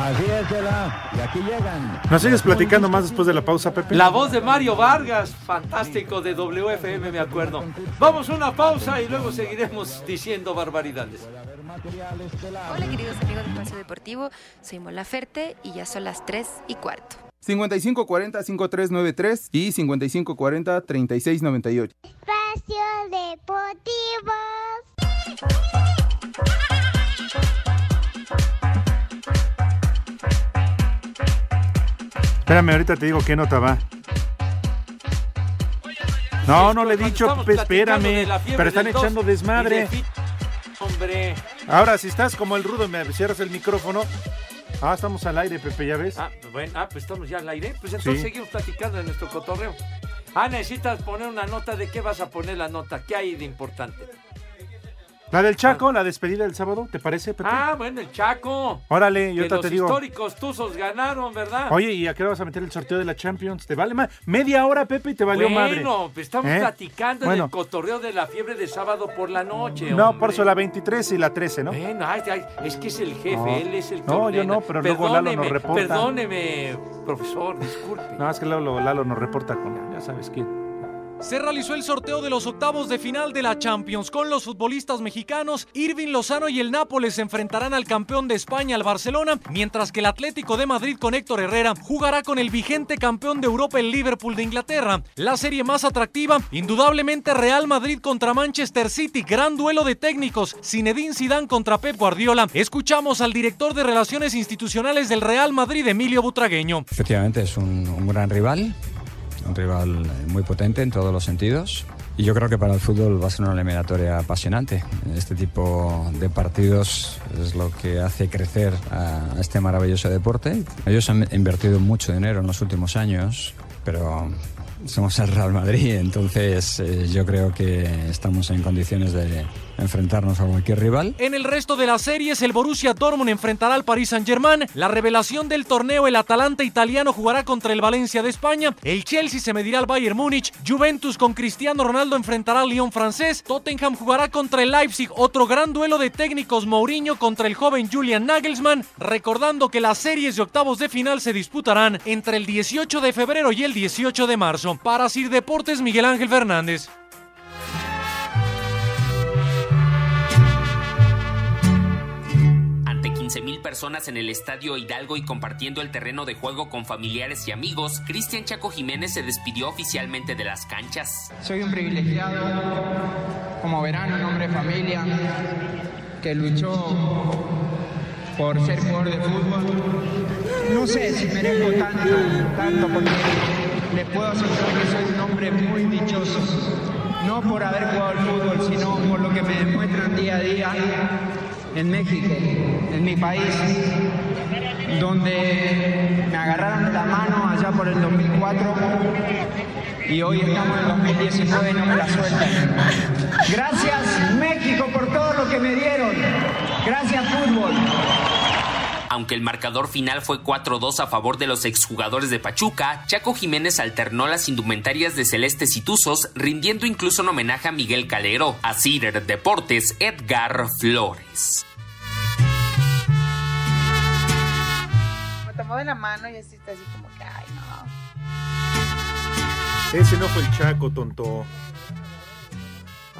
Speaker 16: Así es, Chela. Y aquí llegan.
Speaker 2: ¿Nos sigues platicando más después de la pausa, Pepe?
Speaker 3: la voz de Mario Vargas, fantástico de WFM, me acuerdo. Vamos a una pausa y luego seguiremos diciendo barbaridades.
Speaker 9: Hola queridos amigos de Espacio Deportivo, soy Mola Ferte y ya son las 3 y cuarto.
Speaker 17: 5540-5393 y 5540-3698.
Speaker 10: Espacio Deportivo.
Speaker 2: Espérame, ahorita te digo qué nota va. No, no le he dicho, Pepe,
Speaker 3: Platicando de
Speaker 2: espérame.
Speaker 3: la fiebre
Speaker 2: Pero están
Speaker 3: del dos
Speaker 2: echando
Speaker 3: y
Speaker 2: desmadre.
Speaker 3: de fi- Hombre.
Speaker 2: Ahora, si estás como el rudo y me cierras el micrófono. Ah, estamos al aire, Pepe, ¿ya ves?
Speaker 3: Ah, bueno, ah, pues estamos ya al aire. Pues entonces
Speaker 2: Sí.
Speaker 3: seguimos platicando de nuestro cotorreo. Ah, necesitas poner una nota. ¿De qué vas a poner la nota? ¿Qué hay de importante?
Speaker 2: La del Chaco, la despedida del sábado, ¿te parece, Pepe?
Speaker 3: Ah, bueno, el Chaco.
Speaker 2: Órale, yo
Speaker 3: que
Speaker 2: ahorita
Speaker 3: los
Speaker 2: te digo.
Speaker 3: históricos tuzos ganaron, ¿verdad?
Speaker 2: Oye, ¿y a qué hora vas a meter el sorteo de la Champions? ¿Te vale más? Media hora, Pepe, y te valió
Speaker 3: bueno,
Speaker 2: madre.
Speaker 3: pues estamos
Speaker 2: ¿Eh?
Speaker 3: platicando
Speaker 2: Bueno.
Speaker 3: en el cotorreo de la fiebre de sábado por la noche.
Speaker 2: No,
Speaker 3: hombre.
Speaker 2: por eso la 23 y la 13, ¿no?
Speaker 3: Bueno, ay, ay, es que es el jefe,
Speaker 2: No.
Speaker 3: él es el que
Speaker 2: No, yo
Speaker 3: ordena.
Speaker 2: no, pero luego Lalo nos
Speaker 3: Perdóneme,
Speaker 2: reporta.
Speaker 3: Perdóneme, profesor, disculpe.
Speaker 2: No, es que Lalo, Lalo nos reporta con, ya sabes quién.
Speaker 18: Se realizó el sorteo de los octavos de final de la Champions con los futbolistas mexicanos. Irving Lozano y el Nápoles se enfrentarán al campeón de España, al Barcelona, mientras que el Atlético de Madrid con Héctor Herrera jugará con el vigente campeón de Europa, el Liverpool de Inglaterra. La serie más atractiva, indudablemente Real Madrid contra Manchester City, gran duelo de técnicos, Zinedine Zidane contra Pep Guardiola. Escuchamos al director de Relaciones Institucionales del Real Madrid, Emilio Butragueño.
Speaker 19: Efectivamente, es un, un gran rival, un rival muy potente en todos los sentidos.
Speaker 20: Y yo creo que para el fútbol va a ser una eliminatoria apasionante. Este tipo de partidos es lo que hace crecer a este maravilloso deporte. Ellos han invertido mucho dinero en los últimos años, pero somos el Real Madrid, entonces eh, yo creo que estamos en condiciones de enfrentarnos a cualquier rival.
Speaker 21: En el resto de las series, el Borussia Dortmund enfrentará al Paris Saint-Germain. La revelación del torneo, el Atalanta italiano jugará contra el Valencia de España. El Chelsea se medirá al Bayern Múnich. Juventus con Cristiano Ronaldo enfrentará al Lyon francés. Tottenham jugará contra el Leipzig. Otro gran duelo de técnicos Mourinho contra el joven Julian Nagelsmann. Recordando que las series de octavos de final se disputarán entre el 18 de febrero y el 18 de marzo. Para Sir Deportes, Miguel Ángel Fernández.
Speaker 18: Ante 15.000 personas en el Estadio Hidalgo y compartiendo el terreno de juego con familiares y amigos, Cristian Chaco Jiménez se despidió oficialmente de las canchas.
Speaker 5: Soy un privilegiado, como verán, un hombre de familia que luchó por ser jugador de fútbol. No sé si merezco tanto, tanto porque les puedo asegurar que soy un hombre muy dichoso. No por haber jugado al fútbol, sino por lo que me demuestran día a día en México, en mi país, donde me agarraron de la mano allá por el 2004 y hoy estamos en el 2019 y no me la sueltan. Gracias México por todo lo que me dieron. Gracias fútbol.
Speaker 18: Aunque el marcador final fue 4-2 a favor de los exjugadores de Pachuca, Chaco Jiménez alternó las indumentarias de Celestes y Tuzos, rindiendo incluso un homenaje a Miguel Calero, a Cider Deportes, Edgar Flores.
Speaker 22: Me tomó de la mano y así está así como que, ay, no.
Speaker 2: Ese no fue el Chaco, tonto.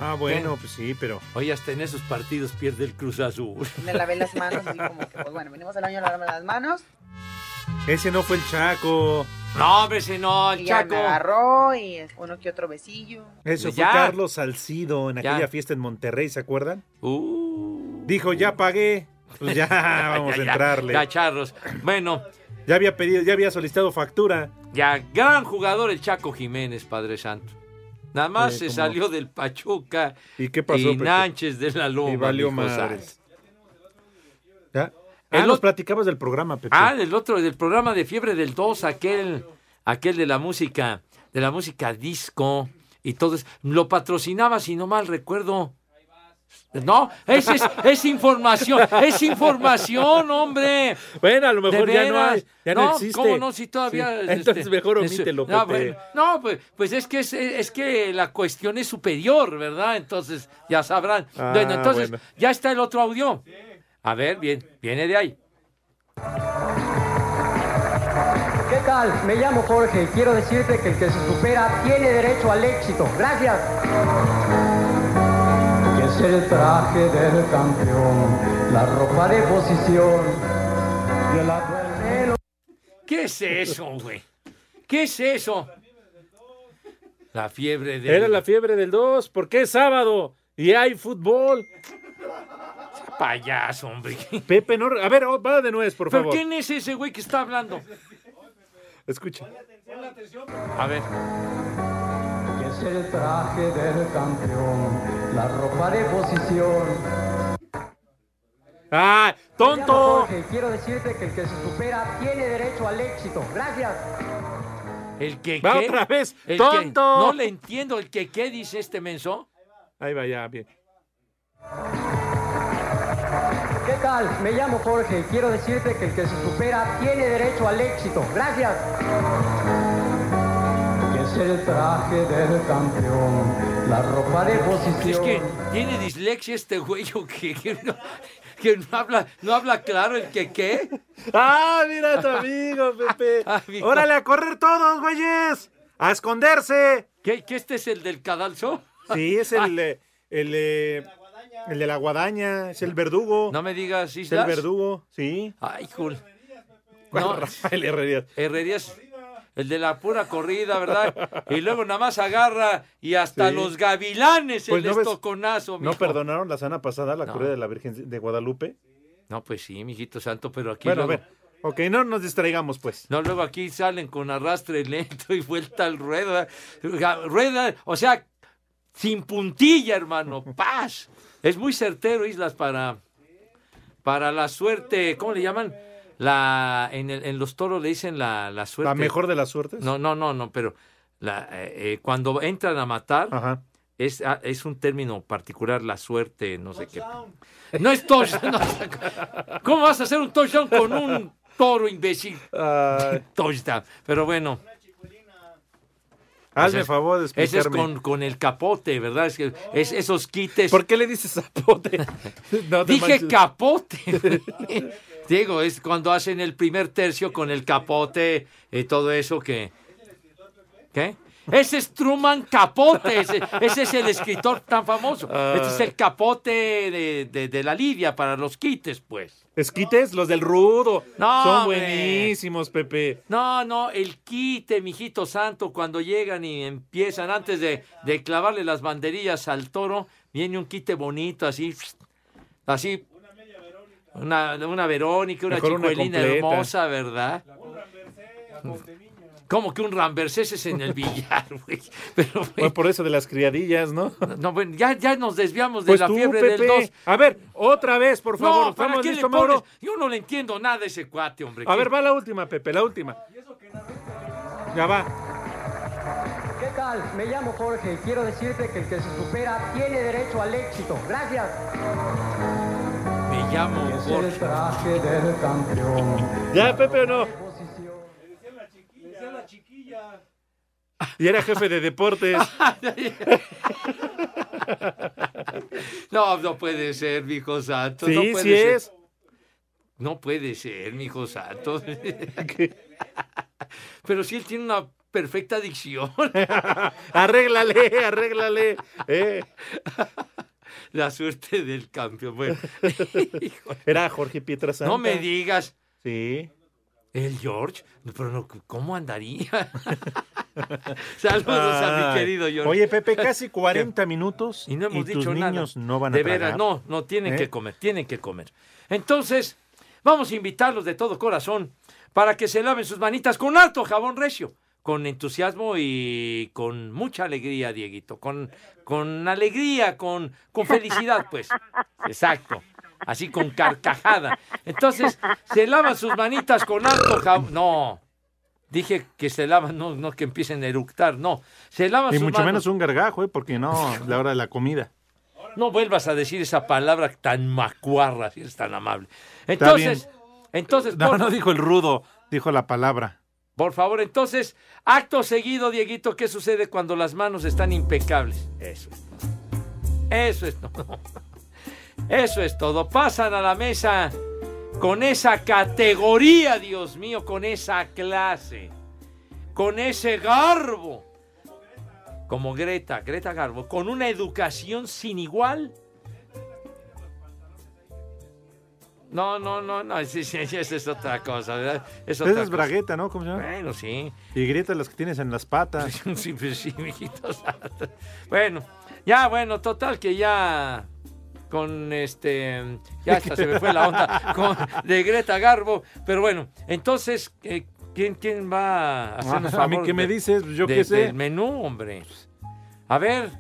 Speaker 2: Ah, bueno, pues sí, pero.
Speaker 3: Oye, hasta en esos partidos pierde el Cruz Azul.
Speaker 22: Me lavé las manos así como que, pues bueno, venimos al año a lavarme las manos.
Speaker 2: Ese no fue el Chaco.
Speaker 3: No, hombre, ese no, el
Speaker 22: Y ya
Speaker 3: Chaco. Pues
Speaker 22: me agarró y uno que otro besillo.
Speaker 2: Eso fue
Speaker 3: Ya.
Speaker 2: Carlos Salcido en aquella fiesta en Monterrey, ¿se acuerdan? Dijo, ya pagué. Pues ya vamos
Speaker 3: Uh. Ya,
Speaker 2: a
Speaker 3: ya,
Speaker 2: entrarle.
Speaker 3: Ya, charros. Bueno.
Speaker 2: Ya había pedido, ya había solicitado factura.
Speaker 3: Ya, gran jugador el Chaco Jiménez, Padre Santo. Nada más
Speaker 2: Sí,
Speaker 3: se
Speaker 2: cómo
Speaker 3: salió del Pachuca.
Speaker 2: ¿Y qué pasó,
Speaker 3: Y
Speaker 2: Pepe?
Speaker 3: Nánchez de la Loma.
Speaker 2: Y valió
Speaker 3: mijo,
Speaker 2: madres.
Speaker 3: ¿sabes?
Speaker 2: ¿Ya?
Speaker 3: El
Speaker 2: Ah, nos
Speaker 3: ot-
Speaker 2: platicabas del programa, Pepe.
Speaker 3: Ah, del otro, del programa de Fiebre del 2, aquel, aquel de la música, de la música disco y todo eso. Lo patrocinaba, si no mal recuerdo. No, esa es, es información, es información, hombre.
Speaker 23: Bueno, a lo
Speaker 3: De
Speaker 23: mejor ya no,
Speaker 3: veras.
Speaker 23: hay- ya no,
Speaker 3: No,
Speaker 23: existe.
Speaker 3: ¿cómo no? Si todavía,
Speaker 23: Sí. Entonces
Speaker 3: este,
Speaker 23: mejor
Speaker 3: es-
Speaker 23: omítelo,
Speaker 3: no,
Speaker 23: Pepe.
Speaker 3: bueno, no, pues, pues es que es, es que la cuestión es superior, ¿verdad? Entonces, ya sabrán.
Speaker 23: Ah,
Speaker 3: bueno, entonces,
Speaker 23: bueno.
Speaker 3: ya está el otro audio. A ver, bien, viene de ahí.
Speaker 24: ¿Qué tal? Me llamo Jorge y quiero decirte que el que se supera tiene derecho al éxito. Gracias.
Speaker 10: Y es el traje del campeón, la ropa de posición. de la-
Speaker 3: ¿Qué es eso, güey? ¿Qué es eso? La fiebre del...
Speaker 23: Era la fiebre del 2, porque es sábado y hay fútbol.
Speaker 3: Payaso, hombre.
Speaker 23: Pepe, no. A ver, oh, va de nuez, por
Speaker 3: ¿Pero
Speaker 23: favor.
Speaker 3: quién es ese güey que está hablando?
Speaker 23: Escucha.
Speaker 3: A ver.
Speaker 10: Y es el traje del campeón, la ropa de posición.
Speaker 23: ¡Ah!
Speaker 24: Me llamo Jorge y quiero decirte que el que se supera tiene derecho al éxito. Gracias.
Speaker 3: El que
Speaker 23: Va
Speaker 3: qué?
Speaker 23: otra vez,
Speaker 3: El que-
Speaker 23: tonto.
Speaker 3: no le entiendo. ¿El que qué dice este menso?
Speaker 23: Ahí va, ya, bien.
Speaker 24: ¿Qué tal? Me llamo Jorge y quiero decirte que el que se supera tiene derecho al éxito. Gracias.
Speaker 10: Y es el traje del campeón, la ropa de posición.
Speaker 3: Es que tiene dislexia este güey o que, que no, que no habla, no habla claro el que qué.
Speaker 2: ¡Ah, mira a tu amigo, Pepe!
Speaker 3: mi
Speaker 2: ¡Órale, a correr todos, güeyes! ¡A esconderse!
Speaker 3: ¿Qué, qué este es el del cadalso?
Speaker 2: Sí, es el, eh, el, eh, el de la guadaña, es el verdugo.
Speaker 3: No me digas,
Speaker 2: Es
Speaker 3: Islas.
Speaker 2: el verdugo, sí.
Speaker 3: Ay, cool.
Speaker 2: Bueno,
Speaker 3: No.
Speaker 2: Rafael Herrerías.
Speaker 3: Herrerías, el de la pura corrida, ¿verdad? Y luego nada más agarra y hasta
Speaker 2: Sí.
Speaker 3: los gavilanes
Speaker 2: Pues,
Speaker 3: el
Speaker 2: ¿no ves? ¿No
Speaker 3: estoconazo, mijo.
Speaker 2: perdonaron la semana pasada la
Speaker 3: No.
Speaker 2: corrida de la Virgen de Guadalupe?
Speaker 3: No, pues sí, mijito santo, pero aquí
Speaker 2: Bueno, a
Speaker 3: luego,
Speaker 2: ver. Ok, no nos distraigamos, pues.
Speaker 3: no, luego aquí salen con arrastre lento y vuelta al rueda. Rueda, o sea, sin puntilla, hermano. Paz. Es muy certero, Islas, para, para la suerte. ¿Cómo le llaman? La, en, el- en los toros le dicen la, la suerte.
Speaker 2: La mejor de las suertes.
Speaker 3: Pues No, no, no, no, pero la, eh, eh, cuando entran a matar, es, ah, es un término particular, la suerte, no sé qué. No es touchdown. no. ¿Cómo vas a hacer un touchdown con un toro imbécil?
Speaker 2: Ah,
Speaker 3: touchdown. Pero bueno.
Speaker 2: Hazme
Speaker 3: Ese es-
Speaker 2: favor de
Speaker 3: Ese es
Speaker 2: explicarme.
Speaker 3: con, con el capote, ¿verdad? Es que es, esos quites.
Speaker 2: ¿Por qué le dices zapote? No te
Speaker 3: Dije
Speaker 2: manches.
Speaker 3: capote. güey. Digo, es cuando hacen el primer tercio con el capote y todo eso que... ¿Qué? Ese es Truman Capote, ese, ese es el escritor tan famoso. Este es el capote de, de- de la Lidia para los quites, pues.
Speaker 2: Esquites, los del rudo.
Speaker 3: No,
Speaker 2: Son
Speaker 3: hombre.
Speaker 2: buenísimos, Pepe.
Speaker 3: No, no, el quite, mijito santo, cuando llegan y empiezan, antes de, de clavarle las banderillas al toro, viene un quite bonito, así, así. Una, una Verónica, una
Speaker 2: Mejor una
Speaker 3: chicuelina
Speaker 2: completa.
Speaker 3: hermosa, ¿verdad? Como que un Rambersés es en el billar, güey. Pero, güey,
Speaker 2: Pues por eso de las criadillas, ¿no?
Speaker 3: no, bueno, ya, ya nos desviamos de
Speaker 2: Pues
Speaker 3: la
Speaker 2: tú,
Speaker 3: fiebre
Speaker 2: Pepe.
Speaker 3: del 2.
Speaker 2: A ver, otra vez, por favor.
Speaker 3: No, ¿para
Speaker 2: ¿Estamos
Speaker 3: qué le
Speaker 2: listos, Mauro?
Speaker 3: pones? Yo no le entiendo nada a ese cuate, hombre.
Speaker 2: A
Speaker 3: ¿Qué-
Speaker 2: ver, va la última, Pepe, la última. Ya va.
Speaker 25: ¿Qué tal? Me llamo Jorge y quiero decirte que el que se supera tiene derecho al éxito. Gracias.
Speaker 3: Me llamo Jorge.
Speaker 2: Ya, Pepe, ¿o no? Y era jefe de deportes.
Speaker 3: No, no puede ser, mijo santo.
Speaker 2: Sí,
Speaker 3: no puede
Speaker 2: sí
Speaker 3: ser.
Speaker 2: es.
Speaker 3: No puede ser, mijo santo. Pero sí él tiene una perfecta dicción.
Speaker 2: arréglale, arréglale. eh.
Speaker 3: La suerte del campeón. Bueno,
Speaker 2: Era Jorge Pietrasanta.
Speaker 3: no me digas.
Speaker 2: Sí.
Speaker 3: El George, pero no, ¿cómo andaría? Saludos a
Speaker 2: Ay.
Speaker 3: mi querido George.
Speaker 2: Oye, Pepe, casi 40 minutos y,
Speaker 3: no hemos
Speaker 2: tus
Speaker 3: dicho nada.
Speaker 2: niños no van a
Speaker 3: De veras,
Speaker 2: tragar.
Speaker 3: no, no, tienen
Speaker 2: ¿Eh?
Speaker 3: que comer, tienen que comer. Entonces, vamos a invitarlos de todo corazón para que se laven sus manitas con harto jabón recio, con entusiasmo y con mucha alegría, Dieguito, con, con alegría, con, con felicidad, pues. Exacto. Así con carcajada. Entonces, se lavan sus manitas con harto jabón. No. Dije que se lavan, no, no que empiecen a eructar, no. Se lavan
Speaker 2: Y
Speaker 3: sus
Speaker 2: mucho
Speaker 3: manos.
Speaker 2: menos un gargajo, eh, porque no, la hora de la comida.
Speaker 3: No vuelvas a decir esa palabra tan macuarra, si eres tan amable.
Speaker 2: Está bien.
Speaker 3: Entonces, entonces,
Speaker 2: No,
Speaker 3: por,
Speaker 2: no dijo el rudo, dijo la palabra.
Speaker 3: por favor, entonces, acto seguido, Dieguito, ¿qué sucede cuando las manos están impecables? Eso es. Eso es todo. Eso es todo. Pasan a la mesa con esa categoría, Dios mío, con esa clase, con ese garbo. Como Greta, Greta Garbo, con una educación sin igual. No, no, no, no, sí, sí, sí, esa es otra cosa, ¿verdad? Es otra
Speaker 2: Esa es
Speaker 3: cosa.
Speaker 2: bragueta, ¿no? ¿Cómo se llama?
Speaker 3: Bueno, sí.
Speaker 2: Y grietas las que tienes en las patas.
Speaker 3: Sí, pues sí, mijito santo. Bueno, ya, bueno, total que ya con este ya hasta se me fue la onda con, de Greta Garbo, pero bueno, entonces eh, ¿quién quién va a hacernos
Speaker 2: Ah, a mí
Speaker 3: favor
Speaker 2: qué me
Speaker 3: de-
Speaker 2: dices, yo
Speaker 3: de-
Speaker 2: qué sé.
Speaker 3: Del menú, hombre. A ver,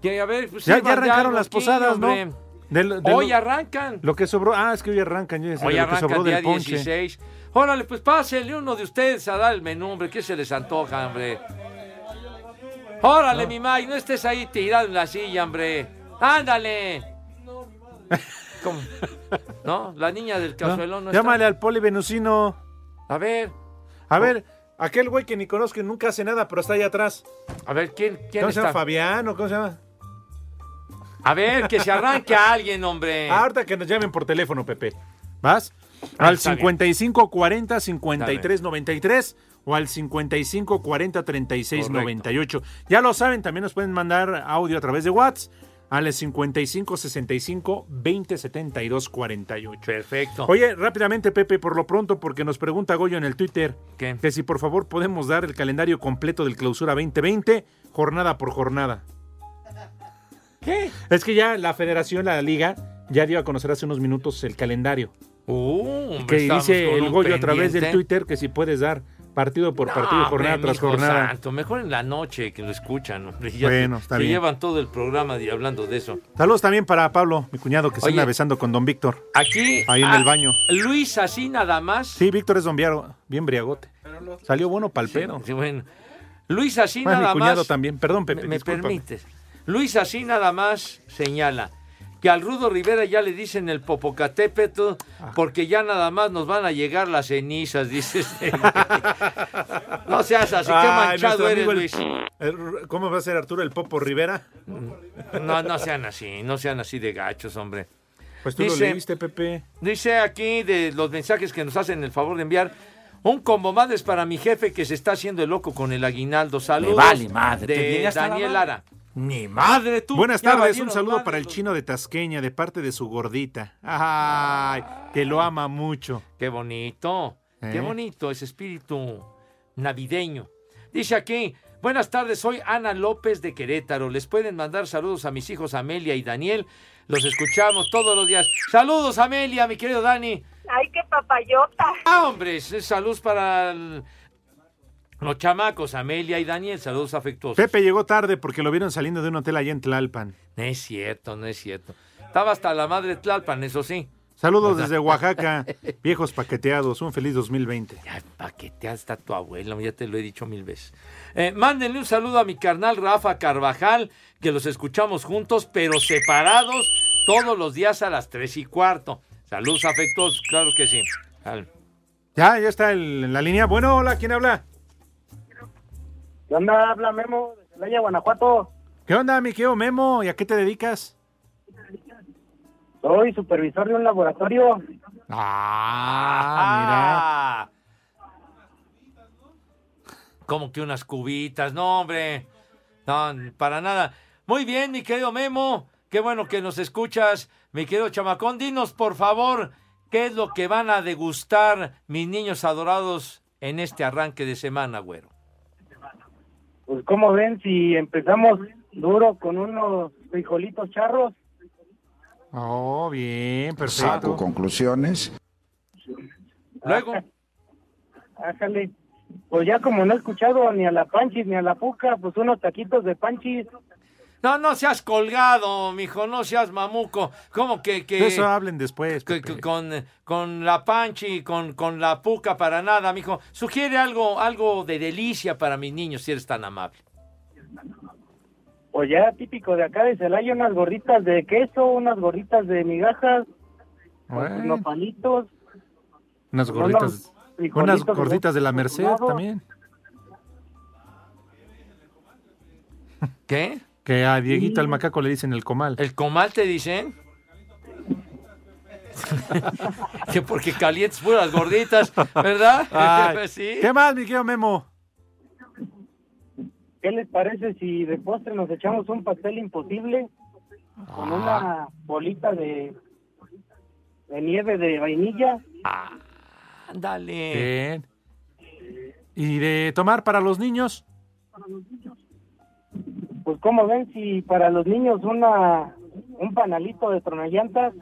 Speaker 3: que a ver, pues,
Speaker 2: Ya,
Speaker 3: sirvan
Speaker 2: ya arrancaron
Speaker 3: algo
Speaker 2: las
Speaker 3: aquí,
Speaker 2: posadas,
Speaker 3: hombre.
Speaker 2: ¿no? De lo- de
Speaker 3: Hoy
Speaker 2: lo-
Speaker 3: arrancan.
Speaker 2: Lo que sobró. Ah, es que hoy arrancan. Yo decía,
Speaker 3: Hoy
Speaker 2: lo que
Speaker 3: arranca
Speaker 2: sobró
Speaker 3: el día
Speaker 2: del ponche.
Speaker 3: 16. Órale, pues pásenle uno de ustedes a dar el menú, hombre. ¿Qué se les antoja, hombre? Órale, mi Mike, no estés ahí tirado en la silla, hombre. ¡Ándale! ¿Cómo? ¿No? La niña del
Speaker 2: ¿no?
Speaker 3: cazuelón no, está.
Speaker 2: Llámale al poli venusino.
Speaker 3: A ver.
Speaker 2: A ver, aquel güey que ni conozco y nunca hace nada, pero está allá atrás.
Speaker 3: A ver, ¿quién, quién
Speaker 2: ¿Cómo se llama?
Speaker 3: está?
Speaker 2: Fabián o cómo se llama?
Speaker 3: A ver, que se arranque alguien, hombre.
Speaker 2: Ah, Ahorita que nos llamen por teléfono, Pepe. ¿Vas? Al
Speaker 3: Está bien.
Speaker 2: 5540 5393 o al 5540 3698. Ya lo saben, también nos pueden mandar audio a través de WhatsApp al 55 65 20 72 48.
Speaker 3: Perfecto.
Speaker 2: Oye, rápidamente, Pepe, por lo pronto, porque nos pregunta Goyo en el Twitter
Speaker 3: ¿Qué?
Speaker 2: que si por favor podemos dar el calendario completo del clausura 2020, jornada por jornada.
Speaker 3: ¿Qué?
Speaker 2: Es que ya la federación, la liga, ya dio a conocer hace unos minutos el calendario.
Speaker 3: Uh, hombre,
Speaker 2: que
Speaker 3: estábamos
Speaker 2: dice
Speaker 3: con
Speaker 2: el
Speaker 3: un
Speaker 2: Goyo a través del
Speaker 3: pendiente.
Speaker 2: Twitter que si puedes dar partido por partido,
Speaker 3: No,
Speaker 2: jornada
Speaker 3: hombre,
Speaker 2: tras
Speaker 3: mijo
Speaker 2: jornada.
Speaker 3: santo, mejor en la noche que lo escuchan, hombre.
Speaker 2: Bueno, está
Speaker 3: se
Speaker 2: bien.
Speaker 3: llevan todo el programa de- hablando de eso.
Speaker 2: Saludos también para Pablo, mi cuñado, que se
Speaker 3: Oye.
Speaker 2: anda besando con don Víctor.
Speaker 3: Aquí.
Speaker 2: Ahí en
Speaker 3: ah,
Speaker 2: el baño.
Speaker 3: Luis, así nada más.
Speaker 2: Sí, Víctor es don Viaro, bien briagote. Salió bueno pal pedo.
Speaker 3: Sí, bueno. Luis, así
Speaker 2: Bueno,
Speaker 3: nada
Speaker 2: mi cuñado
Speaker 3: más.
Speaker 2: también. Perdón, Pepe,
Speaker 3: Me, me
Speaker 2: discúlpame.
Speaker 3: permites. Luis, así nada más señala que al Rudo Rivera ya le dicen el Popocatépetl
Speaker 2: Ah.
Speaker 3: porque ya nada más nos van a llegar las cenizas, dice este güey. No seas así, qué
Speaker 2: Ay,
Speaker 3: manchado
Speaker 2: nuestro
Speaker 3: eres,
Speaker 2: amigo el-
Speaker 3: Luis.
Speaker 2: el- ¿Cómo va a ser Arturo el Popo Rivera?
Speaker 3: No, no sean así, no sean así de gachos, hombre.
Speaker 2: Pues tú lo
Speaker 3: Dice-
Speaker 2: leíste, Pepe.
Speaker 3: Dice aquí de los mensajes que nos hacen el favor de enviar. Un combo madres para mi jefe que se está haciendo el loco con el aguinaldo. Saludos.
Speaker 1: vale madre, te viene
Speaker 3: De
Speaker 1: hasta la
Speaker 3: Daniel
Speaker 1: madre.
Speaker 3: Lara.
Speaker 1: Ni madre tú.
Speaker 2: Buenas
Speaker 1: Ya
Speaker 2: tardes,
Speaker 1: valieron
Speaker 2: un saludo
Speaker 1: madre
Speaker 2: para el
Speaker 1: los-
Speaker 2: chino de Tasqueña de parte de su gordita. Ay, que lo ama mucho.
Speaker 3: Qué bonito.
Speaker 2: ¿Eh?
Speaker 3: Qué bonito ese espíritu navideño. Dice aquí, buenas tardes, soy Ana López de Querétaro. Les pueden mandar saludos a mis hijos Amelia y Daniel. Los escuchamos todos los días. Saludos Amelia, mi querido Dani.
Speaker 4: Ay, qué papayota.
Speaker 3: Ah, hombre, es- saludos para el- los chamacos Amelia y Daniel. Saludos afectuosos.
Speaker 2: Pepe llegó tarde porque lo vieron saliendo de un hotel allá en Tlalpan.
Speaker 3: No es cierto, no es cierto. Estaba hasta la madre Tlalpan, eso sí.
Speaker 2: Saludos desde Oaxaca, viejos paqueteados, un feliz 2020.
Speaker 3: Paquetea hasta tu abuelo, ya te lo he dicho mil veces. Eh, mándenle un saludo a mi carnal Rafa Carvajal, que los escuchamos juntos, pero separados, todos los días a las tres y cuarto. Saludos afectuosos, claro que sí. Al-
Speaker 2: Ya, ya está el- en la línea. Bueno, hola, ¿quién habla?
Speaker 5: ¿Qué onda? Habla Memo de Celaya, Guanajuato.
Speaker 2: ¿Qué onda, mi querido Memo? ¿Y a qué te dedicas?
Speaker 5: Soy supervisor de un laboratorio.
Speaker 3: Ah, mira. Ah. Como que unas cubitas, no, hombre. No, para nada. Muy bien, mi querido Memo. Qué bueno que nos escuchas, mi querido chamacón. Dinos, por favor, qué es lo que van a degustar mis niños adorados en este arranque de semana, güero.
Speaker 5: Pues, ¿cómo ven si empezamos duro con unos frijolitos charros?
Speaker 2: Oh, bien,
Speaker 26: Saco
Speaker 2: perfecto.
Speaker 26: conclusiones.
Speaker 3: Luego.
Speaker 5: Ájale. Pues ya como no he escuchado ni a la panchis ni a la puca, pues unos taquitos de panchis.
Speaker 3: No, no seas colgado, mijo, no seas mamuco. ¿Cómo que, que
Speaker 2: De eso hablen después.
Speaker 3: que- que con, con la panchi, con, con la puca para nada, mijo? Sugiere algo, algo de delicia para mis niños, si eres tan amable.
Speaker 5: Pues ya típico de acá de Celaya, unas gorditas de queso, unas gorditas de migajas,
Speaker 2: Bueno,
Speaker 5: unos palitos.
Speaker 2: unas gorditas.
Speaker 5: frijolitos
Speaker 2: Unas
Speaker 5: de
Speaker 2: gorditas de la
Speaker 5: otro
Speaker 2: Merced
Speaker 5: lado.
Speaker 2: también.
Speaker 3: ¿Qué?
Speaker 2: Que a Dieguito el macaco le dicen el comal.
Speaker 3: ¿El comal te dicen? que porque calientes puras gorditas, ¿verdad?
Speaker 2: Ay,
Speaker 3: pues sí.
Speaker 2: ¿Qué más, mi querido Memo?
Speaker 5: ¿Qué les parece si de postre nos echamos un pastel imposible con
Speaker 2: Ah.
Speaker 5: una bolita de, de nieve de vainilla?
Speaker 3: Ándale.
Speaker 2: Bien. ¿Y de tomar para los niños?
Speaker 5: Pues como ven si para los niños una un panalito de tronallantas,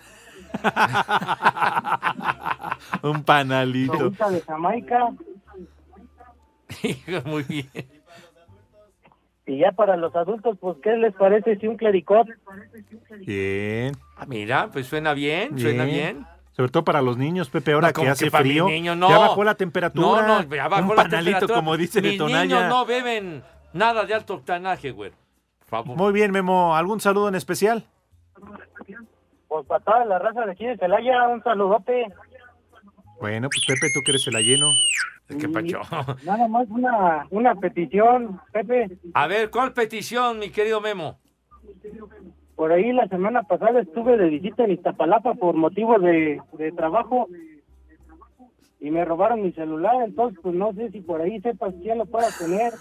Speaker 2: Un panalito.
Speaker 5: bolita de Jamaica
Speaker 3: Muy bien.
Speaker 5: y ya para los adultos, pues ¿qué les parece si un clericot?
Speaker 2: Bien.
Speaker 3: Ah, mira, pues suena bien, suena bien.
Speaker 2: Sobre todo para los niños, Pepe, ahora
Speaker 3: No, como
Speaker 2: que hace
Speaker 3: para mis
Speaker 2: frío.
Speaker 3: niños, no.
Speaker 2: Ya bajó la temperatura.
Speaker 3: No, no, ya bajó
Speaker 2: un
Speaker 3: la
Speaker 2: panalito,
Speaker 3: temperatura.
Speaker 2: como dice de
Speaker 3: Mis niños
Speaker 2: Tonaya.
Speaker 3: no beben nada de alto octanaje, güero. Por favor.
Speaker 2: Muy bien, Memo. ¿Algún saludo en especial?
Speaker 5: Pues para toda la raza de aquí de Celaya, un saludote.
Speaker 2: Bueno, pues Pepe, tú que eres el lleno.
Speaker 3: Qué pacho.
Speaker 10: Mm.
Speaker 5: Nada más una, una petición, Pepe.
Speaker 3: A ver, ¿cuál petición, mi querido Memo?
Speaker 5: Por ahí la semana pasada estuve de visita en Iztapalapa por motivos de, de trabajo y me robaron mi celular, entonces pues no sé si por ahí sepas quién lo pueda tener.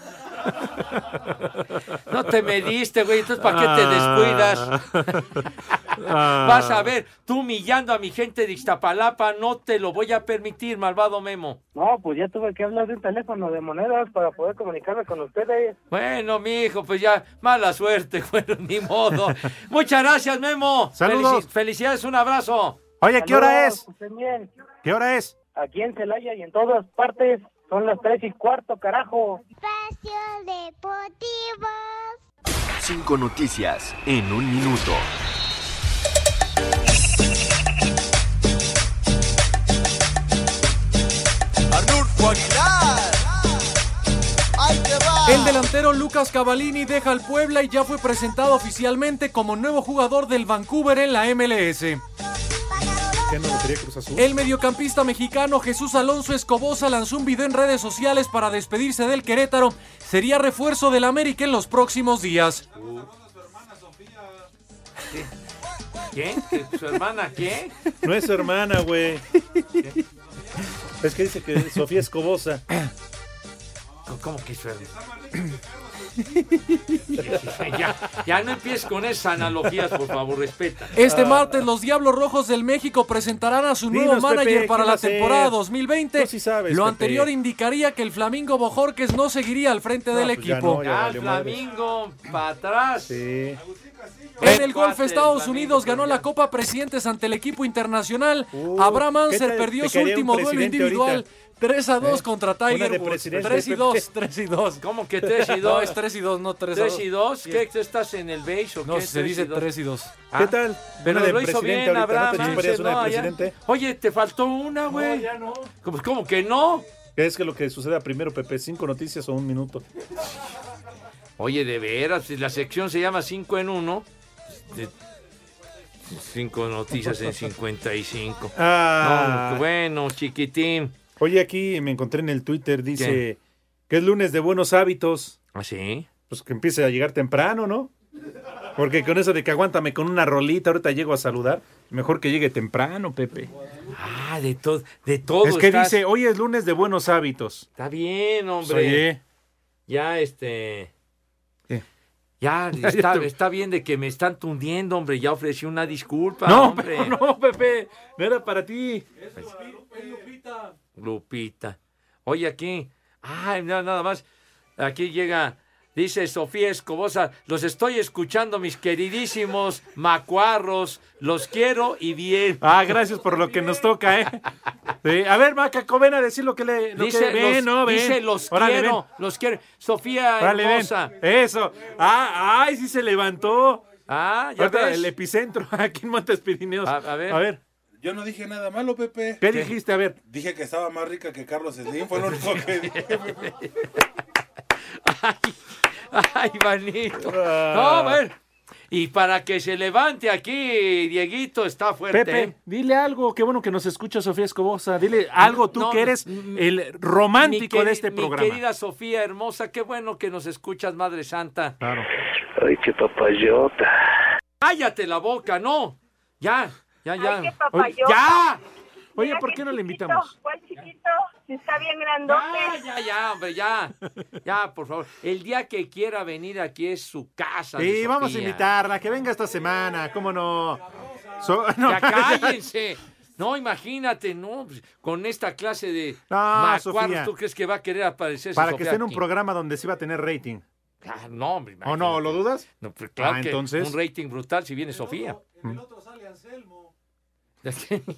Speaker 3: No te mediste, güey. Entonces, ¿para qué te
Speaker 2: Ah.
Speaker 3: descuidas? Vas a ver, tú humillando a mi gente de Iztapalapa, no te lo voy a permitir, malvado Memo.
Speaker 5: No, pues ya tuve que hablar de un teléfono de monedas para poder comunicarme con ustedes.
Speaker 3: Bueno, mi hijo, pues ya, mala suerte, bueno, ni modo. Muchas gracias, Memo.
Speaker 2: Saludos.
Speaker 3: Felici- felicidades, un abrazo.
Speaker 2: Oye, ¿qué hora es?
Speaker 5: pues, Saludos, estén bien.
Speaker 2: ¿Qué hora es?
Speaker 5: Aquí en Celaya y en todas partes. Son las tres y cuarto, carajo.
Speaker 10: Espacio Deportivo.
Speaker 6: Cinco noticias en un minuto.
Speaker 7: Arnulfo Aguilar. Ahí te va.
Speaker 18: El delantero Lucas Cavallini deja el Puebla y ya fue presentado oficialmente como nuevo jugador del Vancouver en la MLS.
Speaker 2: ¿Qué no lo quería Cruz Azul?
Speaker 18: El mediocampista mexicano Jesús Alonso Escobosa lanzó un video en redes sociales para despedirse del Querétaro. Sería refuerzo del América en los próximos días.
Speaker 3: ¿Qué? ¿Que ¿Su hermana qué?
Speaker 2: No es su hermana, güey. Es que dice que Sofía Escobosa.
Speaker 3: ¿Cómo que su hermana? ya, ya no empieces con esas analogías, por favor, respeta.
Speaker 18: Este martes los Diablos Rojos del México presentarán a su nuevo
Speaker 3: Ah. Dinos, Pepe,
Speaker 18: manager
Speaker 3: ¿qué
Speaker 18: para
Speaker 3: va
Speaker 18: la
Speaker 3: a ser?
Speaker 18: temporada 2020. Lo
Speaker 3: Pepe.
Speaker 18: anterior
Speaker 2: Ah,
Speaker 18: indicaría que el Flamingo Bojorques no seguiría al frente del
Speaker 3: pues ya
Speaker 18: equipo.
Speaker 3: no, ya valió madre. Flamingo, para atrás. Sí.
Speaker 18: En el golf Estados Unidos ganó la Copa Presidentes ante el equipo internacional. Abraham
Speaker 3: Uh, ¿qué
Speaker 18: Anser
Speaker 3: tal
Speaker 18: perdió
Speaker 3: te
Speaker 18: su
Speaker 3: caería un
Speaker 18: último duelo
Speaker 3: presidente
Speaker 18: individual.
Speaker 3: ahorita?
Speaker 18: 3 a 2
Speaker 3: ¿Eh?
Speaker 18: contra
Speaker 3: Una de
Speaker 18: Tiger Woods.
Speaker 3: presidente,
Speaker 18: 3 y
Speaker 3: Pepe.
Speaker 18: 2, 3 y 2.
Speaker 3: ¿Cómo que 3 y 2?
Speaker 18: No, es 3 y 2, no 3 a 2.
Speaker 3: ¿Tres y 2? ¿Qué? ¿Tú estás en el beige o
Speaker 18: No,
Speaker 3: qué?
Speaker 18: se dice tres y dos.
Speaker 2: ¿Qué tal?
Speaker 3: Ah, Pero
Speaker 2: Una de
Speaker 3: lo hizo
Speaker 2: presidente
Speaker 3: bien,
Speaker 2: ahorita, ¿no te
Speaker 3: Abraham.
Speaker 2: chuparías
Speaker 3: Anser,
Speaker 2: una de
Speaker 3: no, ya-
Speaker 2: presidente?
Speaker 3: Oye, te faltó una, güey.
Speaker 2: ya no.
Speaker 3: ¿Cómo, cómo que no?
Speaker 2: Es que lo que suceda primero, Pepe, cinco noticias o un minuto.
Speaker 3: Oye, de veras, si la sección se llama 5 en 1. 5 noticias en 55.
Speaker 2: Ah.
Speaker 3: No, bueno, chiquitín.
Speaker 2: Oye, aquí me encontré en el Twitter, dice que es lunes de buenos hábitos.
Speaker 3: ¿Ah, sí?
Speaker 2: Pues que empiece a llegar temprano, ¿no? Porque con eso de que aguántame con una rolita, ahorita llego a saludar. Mejor que llegue temprano, Pepe.
Speaker 3: Ah, de todo, de todo.
Speaker 2: Es que
Speaker 3: estás-
Speaker 2: dice, hoy es lunes de buenos hábitos. ¿eh?
Speaker 3: Está bien, hombre.
Speaker 2: Oye.
Speaker 3: Ya, este. Ya, está, está bien de que me están tundiendo, hombre. Ya ofrecí una disculpa,
Speaker 2: No,
Speaker 3: hombre.
Speaker 2: pero no, Pepe, no era para ti.
Speaker 3: Lupita. Oye, aquí. Ay, no, nada más. Aquí llega. Dice Sofía Escobosa, los estoy escuchando, mis queridísimos macuarros, los quiero y bien.
Speaker 2: Ah, gracias por lo que nos toca, ¿eh? Sí, A ver, Macaco, ven a decir lo que le... Lo
Speaker 3: Dice,
Speaker 2: que, ven,
Speaker 3: los,
Speaker 2: no, ven.
Speaker 3: dice, los
Speaker 2: Órale,
Speaker 3: quiero,
Speaker 2: ven.
Speaker 3: los quiero. Sofía
Speaker 2: Órale, ven.
Speaker 3: hermosa.
Speaker 2: Eso. Ah, ay, sí se levantó.
Speaker 3: Ah,
Speaker 8: ya
Speaker 2: Ahorita
Speaker 8: ves.
Speaker 2: el epicentro aquí en Montes Pirineos. A,
Speaker 3: ver.
Speaker 2: A ver.
Speaker 8: Yo no dije nada malo, Pepe.
Speaker 2: ¿Qué dijiste? A ver.
Speaker 8: Dije que estaba más rica que Carlos Slim. Fue lo único que dije. Pepe.
Speaker 3: Ay, manito.
Speaker 2: Ah.
Speaker 3: No, a ver. Y para que se levante aquí, Dieguito está fuerte.
Speaker 2: Pepe,
Speaker 3: ¿eh?
Speaker 2: dile algo. Qué bueno que nos escucha Sofía Escobosa. Dile algo tú
Speaker 3: No,
Speaker 2: que eres el romántico
Speaker 3: Mi
Speaker 2: de
Speaker 3: queri-
Speaker 2: este
Speaker 3: Mi
Speaker 2: programa.
Speaker 3: querida Sofía hermosa, qué bueno que nos escuchas, Madre Santa.
Speaker 2: Claro.
Speaker 26: Ay, qué papayota.
Speaker 3: Cállate la boca, no. Ya, ya, ya.
Speaker 4: Ay, qué papayota.
Speaker 3: ya.
Speaker 2: Oye, ¿por qué no le invitamos?
Speaker 4: ¿Cuál chiquito? Si está bien grandote.
Speaker 3: Ya, ya, ya, hombre, ya. Ya, por favor. El día que quiera venir aquí es su casa. de
Speaker 2: Sí, vamos a
Speaker 3: Sofía.
Speaker 2: invitarla. Que venga esta semana. ¿Cómo no? So- no.
Speaker 3: Ya cállense. No, imagínate, no, pues, con esta clase de
Speaker 2: No,
Speaker 3: macuarros,
Speaker 2: Sofía.
Speaker 3: ¿tú crees que va a querer aparecer
Speaker 2: Para que esté en un programa donde sí va a tener rating.
Speaker 3: Ah, no, hombre,
Speaker 2: ¿O Oh, no? ¿Lo dudas?
Speaker 3: No, pues, claro
Speaker 2: ah,
Speaker 3: que
Speaker 2: entonces.
Speaker 3: un rating brutal si viene Sofía.
Speaker 2: Mm.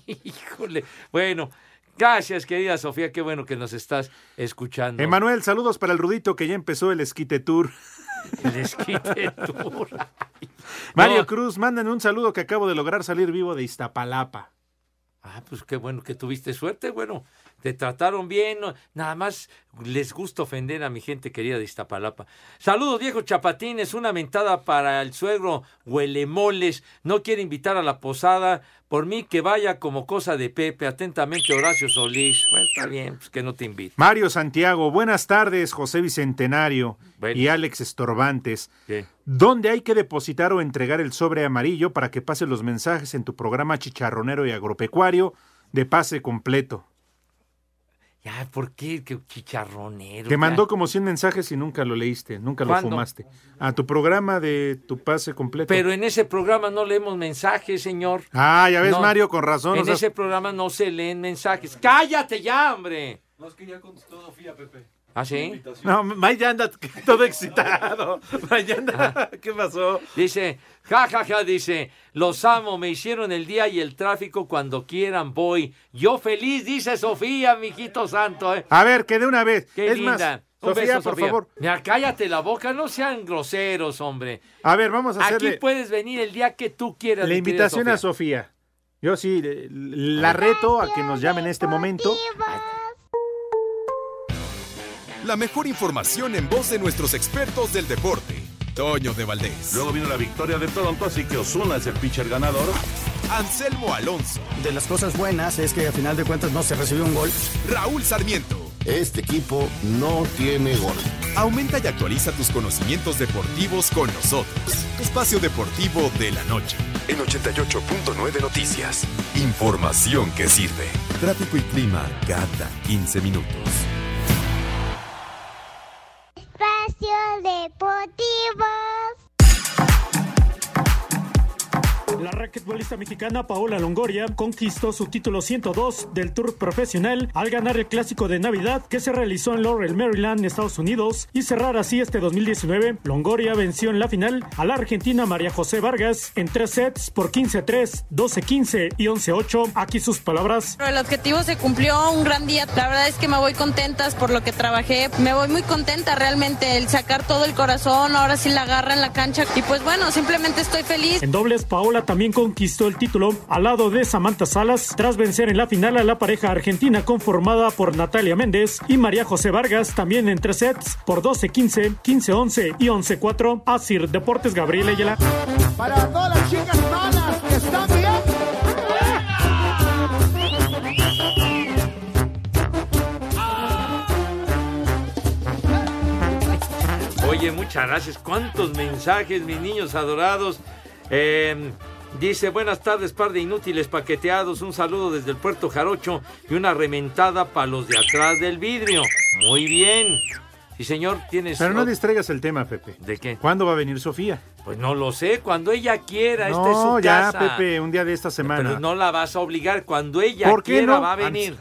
Speaker 3: Híjole. Bueno, gracias, querida Sofía, qué bueno que nos estás escuchando.
Speaker 2: Emanuel, saludos para el Rudito que ya empezó el esquite tour.
Speaker 3: El esquite tour.
Speaker 2: Mario
Speaker 3: No.
Speaker 2: Cruz, mándenme un saludo que acabo de lograr salir vivo de Iztapalapa.
Speaker 3: Ah, pues qué bueno que tuviste suerte, bueno, te trataron bien, no- nada más les gusta ofender a mi gente querida de Iztapalapa. Saludos, viejos chapatines, una mentada para el suegro Huelemoles, no quiere invitar a la posada, por mí que vaya como cosa de Pepe, atentamente Horacio Solís. Bueno, está bien, pues que no te invite.
Speaker 2: Mario Santiago, buenas tardes, José Bicentenario
Speaker 3: Bueno.
Speaker 2: y Alex Estorbantes.
Speaker 3: ¿Qué?
Speaker 2: ¿Dónde hay que depositar o entregar el sobre amarillo para que pasen los mensajes en tu programa chicharronero y agropecuario de pase completo?
Speaker 3: Ya, ¿por qué? Qué chicharronero.
Speaker 2: Te
Speaker 3: ya.
Speaker 2: mandó como 100 mensajes y nunca lo leíste, nunca lo
Speaker 3: ¿Cuándo?
Speaker 2: fumaste. A tu programa de tu pase completo.
Speaker 3: Pero en ese programa no leemos mensajes, señor.
Speaker 2: Ah, ya ves,
Speaker 3: No,
Speaker 2: Mario, con razón.
Speaker 3: En
Speaker 2: o sea,
Speaker 3: ese programa no se leen mensajes. ¡Cállate ya, hombre!
Speaker 8: No es que ya contestó Sofía, Pepe.
Speaker 3: ¿Ah, sí?
Speaker 2: No, Mike ya anda todo excitado. Mike ya anda- ¿Qué pasó?
Speaker 3: Dice, jajaja, dice, los amo, me hicieron el día y el tráfico cuando quieran voy. Yo feliz, dice Sofía, mijito santo. ¿eh?
Speaker 2: A ver, que de una vez.
Speaker 3: Qué
Speaker 2: es
Speaker 3: linda.
Speaker 2: más,
Speaker 3: Un
Speaker 2: Sofía,
Speaker 3: beso,
Speaker 2: por favor.
Speaker 3: Mira, cállate la boca, no sean groseros, hombre.
Speaker 2: A ver, vamos a
Speaker 3: Aquí
Speaker 2: hacerle
Speaker 3: puedes venir el día que tú quieras.
Speaker 2: la
Speaker 3: mi querida
Speaker 2: invitación
Speaker 3: Sofía.
Speaker 2: a Sofía. Yo sí, le- la reto a que nos llame en este momento.
Speaker 11: La mejor información en voz de nuestros expertos del deporte. Toño de Valdés.
Speaker 12: Luego vino la victoria de Toronto, así que Osuna es el pitcher ganador.
Speaker 11: Anselmo Alonso.
Speaker 13: De las cosas buenas es que a final de cuentas no se recibió un gol.
Speaker 11: Raúl Sarmiento.
Speaker 13: Este equipo no tiene gol.
Speaker 11: Aumenta y actualiza tus conocimientos deportivos con nosotros. Espacio Deportivo de la Noche. En 88.9 Noticias. Información que sirve. Tráfico y clima cada 15 minutos.
Speaker 10: Espacio Deportivo.
Speaker 15: La raquetbolista mexicana Paola Longoria conquistó su título 102 del Tour Profesional al ganar el Clásico de Navidad que se realizó en Laurel, Maryland, Estados Unidos y cerrar así este 2019. Longoria venció en la final a la argentina María José Vargas en tres sets por 15-3, 12-15 y 11-8. Aquí sus palabras.
Speaker 22: El objetivo se cumplió, un gran día. La verdad es que me voy contentas por lo que trabajé. Me voy muy contenta realmente el sacar todo el corazón, ahora sí la agarra en la cancha. Y pues bueno, simplemente estoy feliz.
Speaker 15: En dobles, Paola también conquistó el título al lado de Samantha Salas tras vencer en la final a la pareja argentina conformada por Natalia Méndez y María José Vargas también en tres sets por 12-15, 15-11 y 11-4. Asir Deportes Gabriel Ayala.
Speaker 7: Para todas las chicas malas que están viendo.
Speaker 3: Oye, muchas gracias. ¿Cuántos mensajes, mis niños adorados? Eh, dice, buenas tardes, par de inútiles paqueteados. Un saludo desde el puerto Jarocho y una rementada para los de atrás del vidrio. Muy bien. Sí, señor, tienes...
Speaker 2: Pero no
Speaker 3: ot-
Speaker 2: distraigas el tema, Pepe.
Speaker 3: ¿De qué?
Speaker 2: ¿Cuándo va a venir Sofía?
Speaker 3: Pues no lo sé, cuando ella quiera, esta Este es
Speaker 2: No,
Speaker 3: su
Speaker 2: ya,
Speaker 3: casa.
Speaker 2: Pepe, un día de esta
Speaker 3: Pero pues
Speaker 2: semana.
Speaker 3: no la vas a obligar, cuando ella
Speaker 2: ¿Por qué
Speaker 3: quiera
Speaker 2: no?
Speaker 3: va a venir.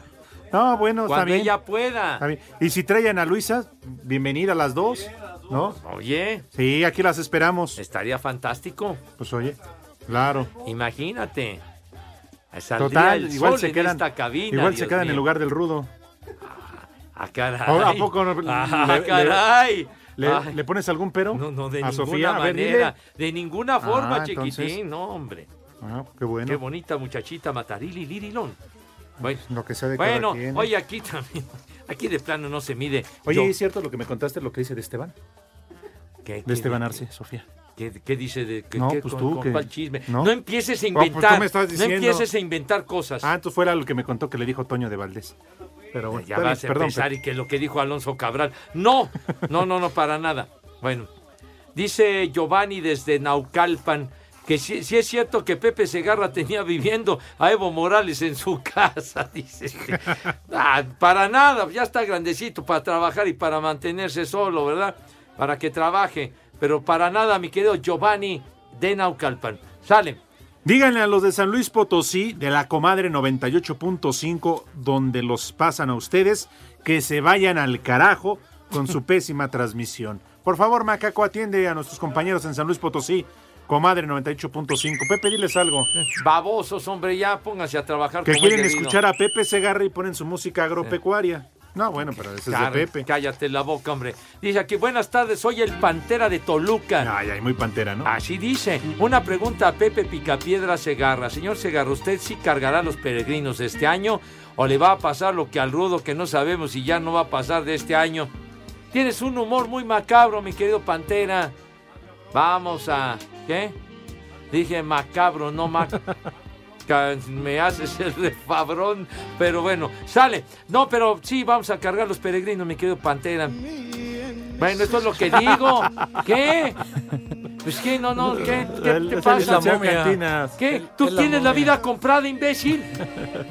Speaker 2: No, bueno, está
Speaker 3: Cuando
Speaker 2: bien.
Speaker 3: ella pueda.
Speaker 2: Está bien. Y si traen a Luisa, bienvenida a las dos, ¿no?
Speaker 3: Oye.
Speaker 2: Sí, aquí las esperamos.
Speaker 3: Estaría fantástico.
Speaker 2: Pues oye, claro.
Speaker 3: Imagínate. Saldría
Speaker 2: Total,
Speaker 3: el
Speaker 2: igual
Speaker 3: sol
Speaker 2: se
Speaker 3: en
Speaker 2: quedan,
Speaker 3: esta cabina,
Speaker 2: igual se
Speaker 3: Dios
Speaker 2: quedan en
Speaker 3: mío.
Speaker 2: el lugar del rudo.
Speaker 3: Ah, caray.
Speaker 2: Ahora, ¿A poco no-
Speaker 3: Ah,
Speaker 2: le- le-
Speaker 3: caray.
Speaker 2: Le,
Speaker 3: Ay.
Speaker 2: le pones algún pero? No, no,
Speaker 3: De
Speaker 2: a
Speaker 3: ninguna
Speaker 2: Sofía, a ver,
Speaker 3: manera,
Speaker 2: dile.
Speaker 3: de ninguna forma,
Speaker 2: Ah,
Speaker 3: chiquitín,
Speaker 2: entonces-
Speaker 3: no, hombre.
Speaker 2: Ah, qué bueno.
Speaker 3: Qué bonita muchachita, Matarili Lirilón. Bueno,
Speaker 2: Lo que sea de cada
Speaker 3: bueno
Speaker 2: quien.
Speaker 3: oye, aquí también, aquí de plano no se mide.
Speaker 2: Oye,
Speaker 3: Yo-
Speaker 2: ¿es cierto lo que me contaste, lo que dice de Esteban?
Speaker 3: ¿qué-
Speaker 2: De
Speaker 3: qué-
Speaker 2: Esteban Arce, Sofía.
Speaker 3: ¿Qué, qué dice de qué,
Speaker 2: No,
Speaker 3: qué-
Speaker 2: pues
Speaker 3: con-
Speaker 2: tú,
Speaker 3: con
Speaker 2: que-
Speaker 3: cuál chisme?
Speaker 2: ¿no?
Speaker 3: No, empieces a
Speaker 2: No, pues tú
Speaker 3: inventar.
Speaker 2: me estás
Speaker 3: No
Speaker 2: diciendo.
Speaker 3: empieces a inventar cosas.
Speaker 2: Ah, entonces fuera lo que me contó que le dijo Toño de Valdés. Pero bueno,
Speaker 3: ya
Speaker 2: está bien,
Speaker 3: vas a
Speaker 2: perdón,
Speaker 3: empezar
Speaker 2: Pepe.
Speaker 3: y que lo que dijo Alonso Cabral. No, no, no, no, para nada. Bueno, dice Giovanni desde Naucalpan que sí, sí es cierto que Pepe Segarra tenía viviendo a Evo Morales en su casa, dice. este. Ah, para nada, ya está grandecito para trabajar y para mantenerse solo, ¿verdad? Para que trabaje. Pero para nada, mi querido Giovanni de Naucalpan. Sale.
Speaker 2: Díganle a los de San Luis Potosí, de la comadre 98.5, donde los pasan a ustedes, que se vayan al carajo con su pésima transmisión. Por favor, Macaco, atiende a nuestros compañeros en San Luis Potosí, comadre 98.5. Pepe, diles algo.
Speaker 3: Babosos, hombre, ya pónganse a trabajar.
Speaker 2: Que
Speaker 3: como es
Speaker 2: quieren
Speaker 3: debido.
Speaker 2: escuchar a Pepe Segarra y ponen su música agropecuaria. No, bueno, pero ese es Pues de
Speaker 3: Car-
Speaker 2: Pepe.
Speaker 3: Cállate la boca, hombre. Dice aquí, buenas tardes, soy el Pantera de Toluca.
Speaker 2: Ay, ay, muy pantera, ¿no?
Speaker 3: Así dice. Una pregunta a Pepe Picapiedra Segarra. Señor Segarra, ¿usted sí cargará a los peregrinos este año o le va a pasar lo que al rudo que no sabemos y ya no va a pasar de este año? Tienes un humor muy macabro, mi querido Pantera. Vamos a... ¿Qué? Dije macabro, no mac... Ca- Me haces el refabrón, pero bueno, sale. No, pero sí, vamos a cargar los peregrinos, mi querido Pantera. Bueno, esto es lo que digo. ¿Qué? Pues que no, no, ¿qué, ¿Qué
Speaker 2: El-
Speaker 3: te
Speaker 2: es
Speaker 3: pasa?
Speaker 2: el licenciado Cantinas.
Speaker 3: ¿Qué?
Speaker 2: El-
Speaker 3: ¿Tú
Speaker 2: es la
Speaker 3: tienes la
Speaker 2: momia.
Speaker 3: vida comprada, imbécil?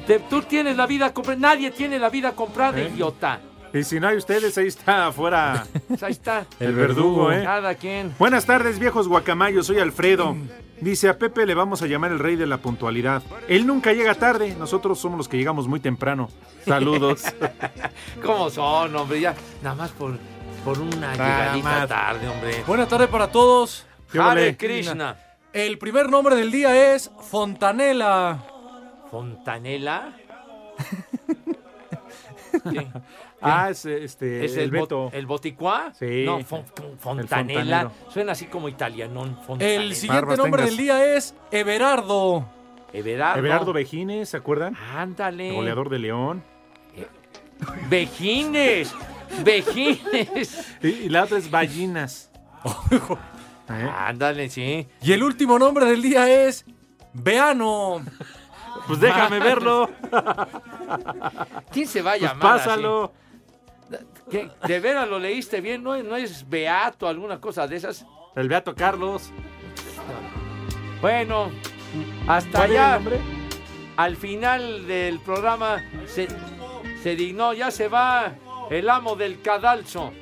Speaker 3: Te- tú tienes la vida comprada. Nadie tiene la vida comprada,
Speaker 2: ¿Eh?
Speaker 3: idiota.
Speaker 2: Y si no hay ustedes, ahí está afuera.
Speaker 3: Pues ahí está.
Speaker 2: El verdugo, ¿eh?
Speaker 3: Cada quien.
Speaker 2: Buenas tardes, viejos guacamayos. Soy Alfredo. Dice, a Pepe le vamos a llamar el rey de la puntualidad. Él nunca llega tarde, nosotros somos los que llegamos muy temprano. Saludos.
Speaker 3: ¿Cómo son, hombre? Ya, nada más por, por una
Speaker 2: Nada
Speaker 3: llegadita
Speaker 2: más.
Speaker 3: tarde, hombre.
Speaker 18: Buenas tardes para todos.
Speaker 3: ¿Qué Hare ole? Krishna.
Speaker 18: El primer nombre del día es Fontanela.
Speaker 3: ¿Fontanela?
Speaker 2: ah, es este
Speaker 3: ¿Es
Speaker 2: el,
Speaker 3: el, bot-
Speaker 2: Beto.
Speaker 3: ¿El boticuá?
Speaker 2: Sí.
Speaker 3: No, fon-
Speaker 2: El
Speaker 3: fontanela.
Speaker 2: fontanero.
Speaker 3: Suena así como italianón. Fontanela.
Speaker 18: El siguiente nombre del día es Everardo.
Speaker 3: Everardo.
Speaker 2: Everardo Bejines, ¿se acuerdan?
Speaker 3: Ándale.
Speaker 2: Goleador de León.
Speaker 3: Bejines. Bejines.
Speaker 2: Y, y la otra es Ballinas. ¿Eh?
Speaker 3: Ándale, sí.
Speaker 18: Y el último nombre del día es Veano.
Speaker 2: Pues déjame verlo.
Speaker 3: ¿Quién se va a
Speaker 2: Pues
Speaker 3: llamar así?
Speaker 2: pásalo.
Speaker 3: ¿Qué? ¿De veras lo leíste bien? ¿No, es- ¿No es Beato alguna cosa de esas?
Speaker 2: El Beato Carlos.
Speaker 3: Bueno, hasta
Speaker 2: ¿Cuál era
Speaker 3: allá.
Speaker 2: el nombre?
Speaker 3: Al final del programa se, se dignó, ya se va el amo del cadalso.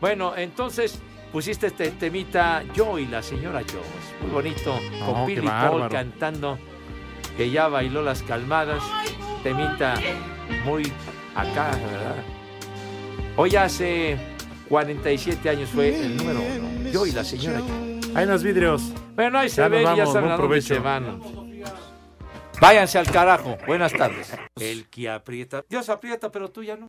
Speaker 3: Bueno, entonces pusiste este temita Yo y la señora Jones. Muy bonito, con
Speaker 2: No, qué
Speaker 3: Billy Paul
Speaker 2: bárbaro.
Speaker 3: cantando, que ya bailó las calmadas. Temita muy acá, ¿verdad? Hoy hace 47 años fue el número uno. Yo y la señora Jones.
Speaker 2: Hay unos vidrios.
Speaker 3: Bueno, ahí se
Speaker 2: Ya nos
Speaker 3: ven, ya
Speaker 2: vamos,
Speaker 3: saben
Speaker 2: buen
Speaker 3: a dónde
Speaker 2: provecho.
Speaker 3: se van. Váyanse al carajo. Buenas tardes. El que aprieta. Dios aprieta, pero tú ya no.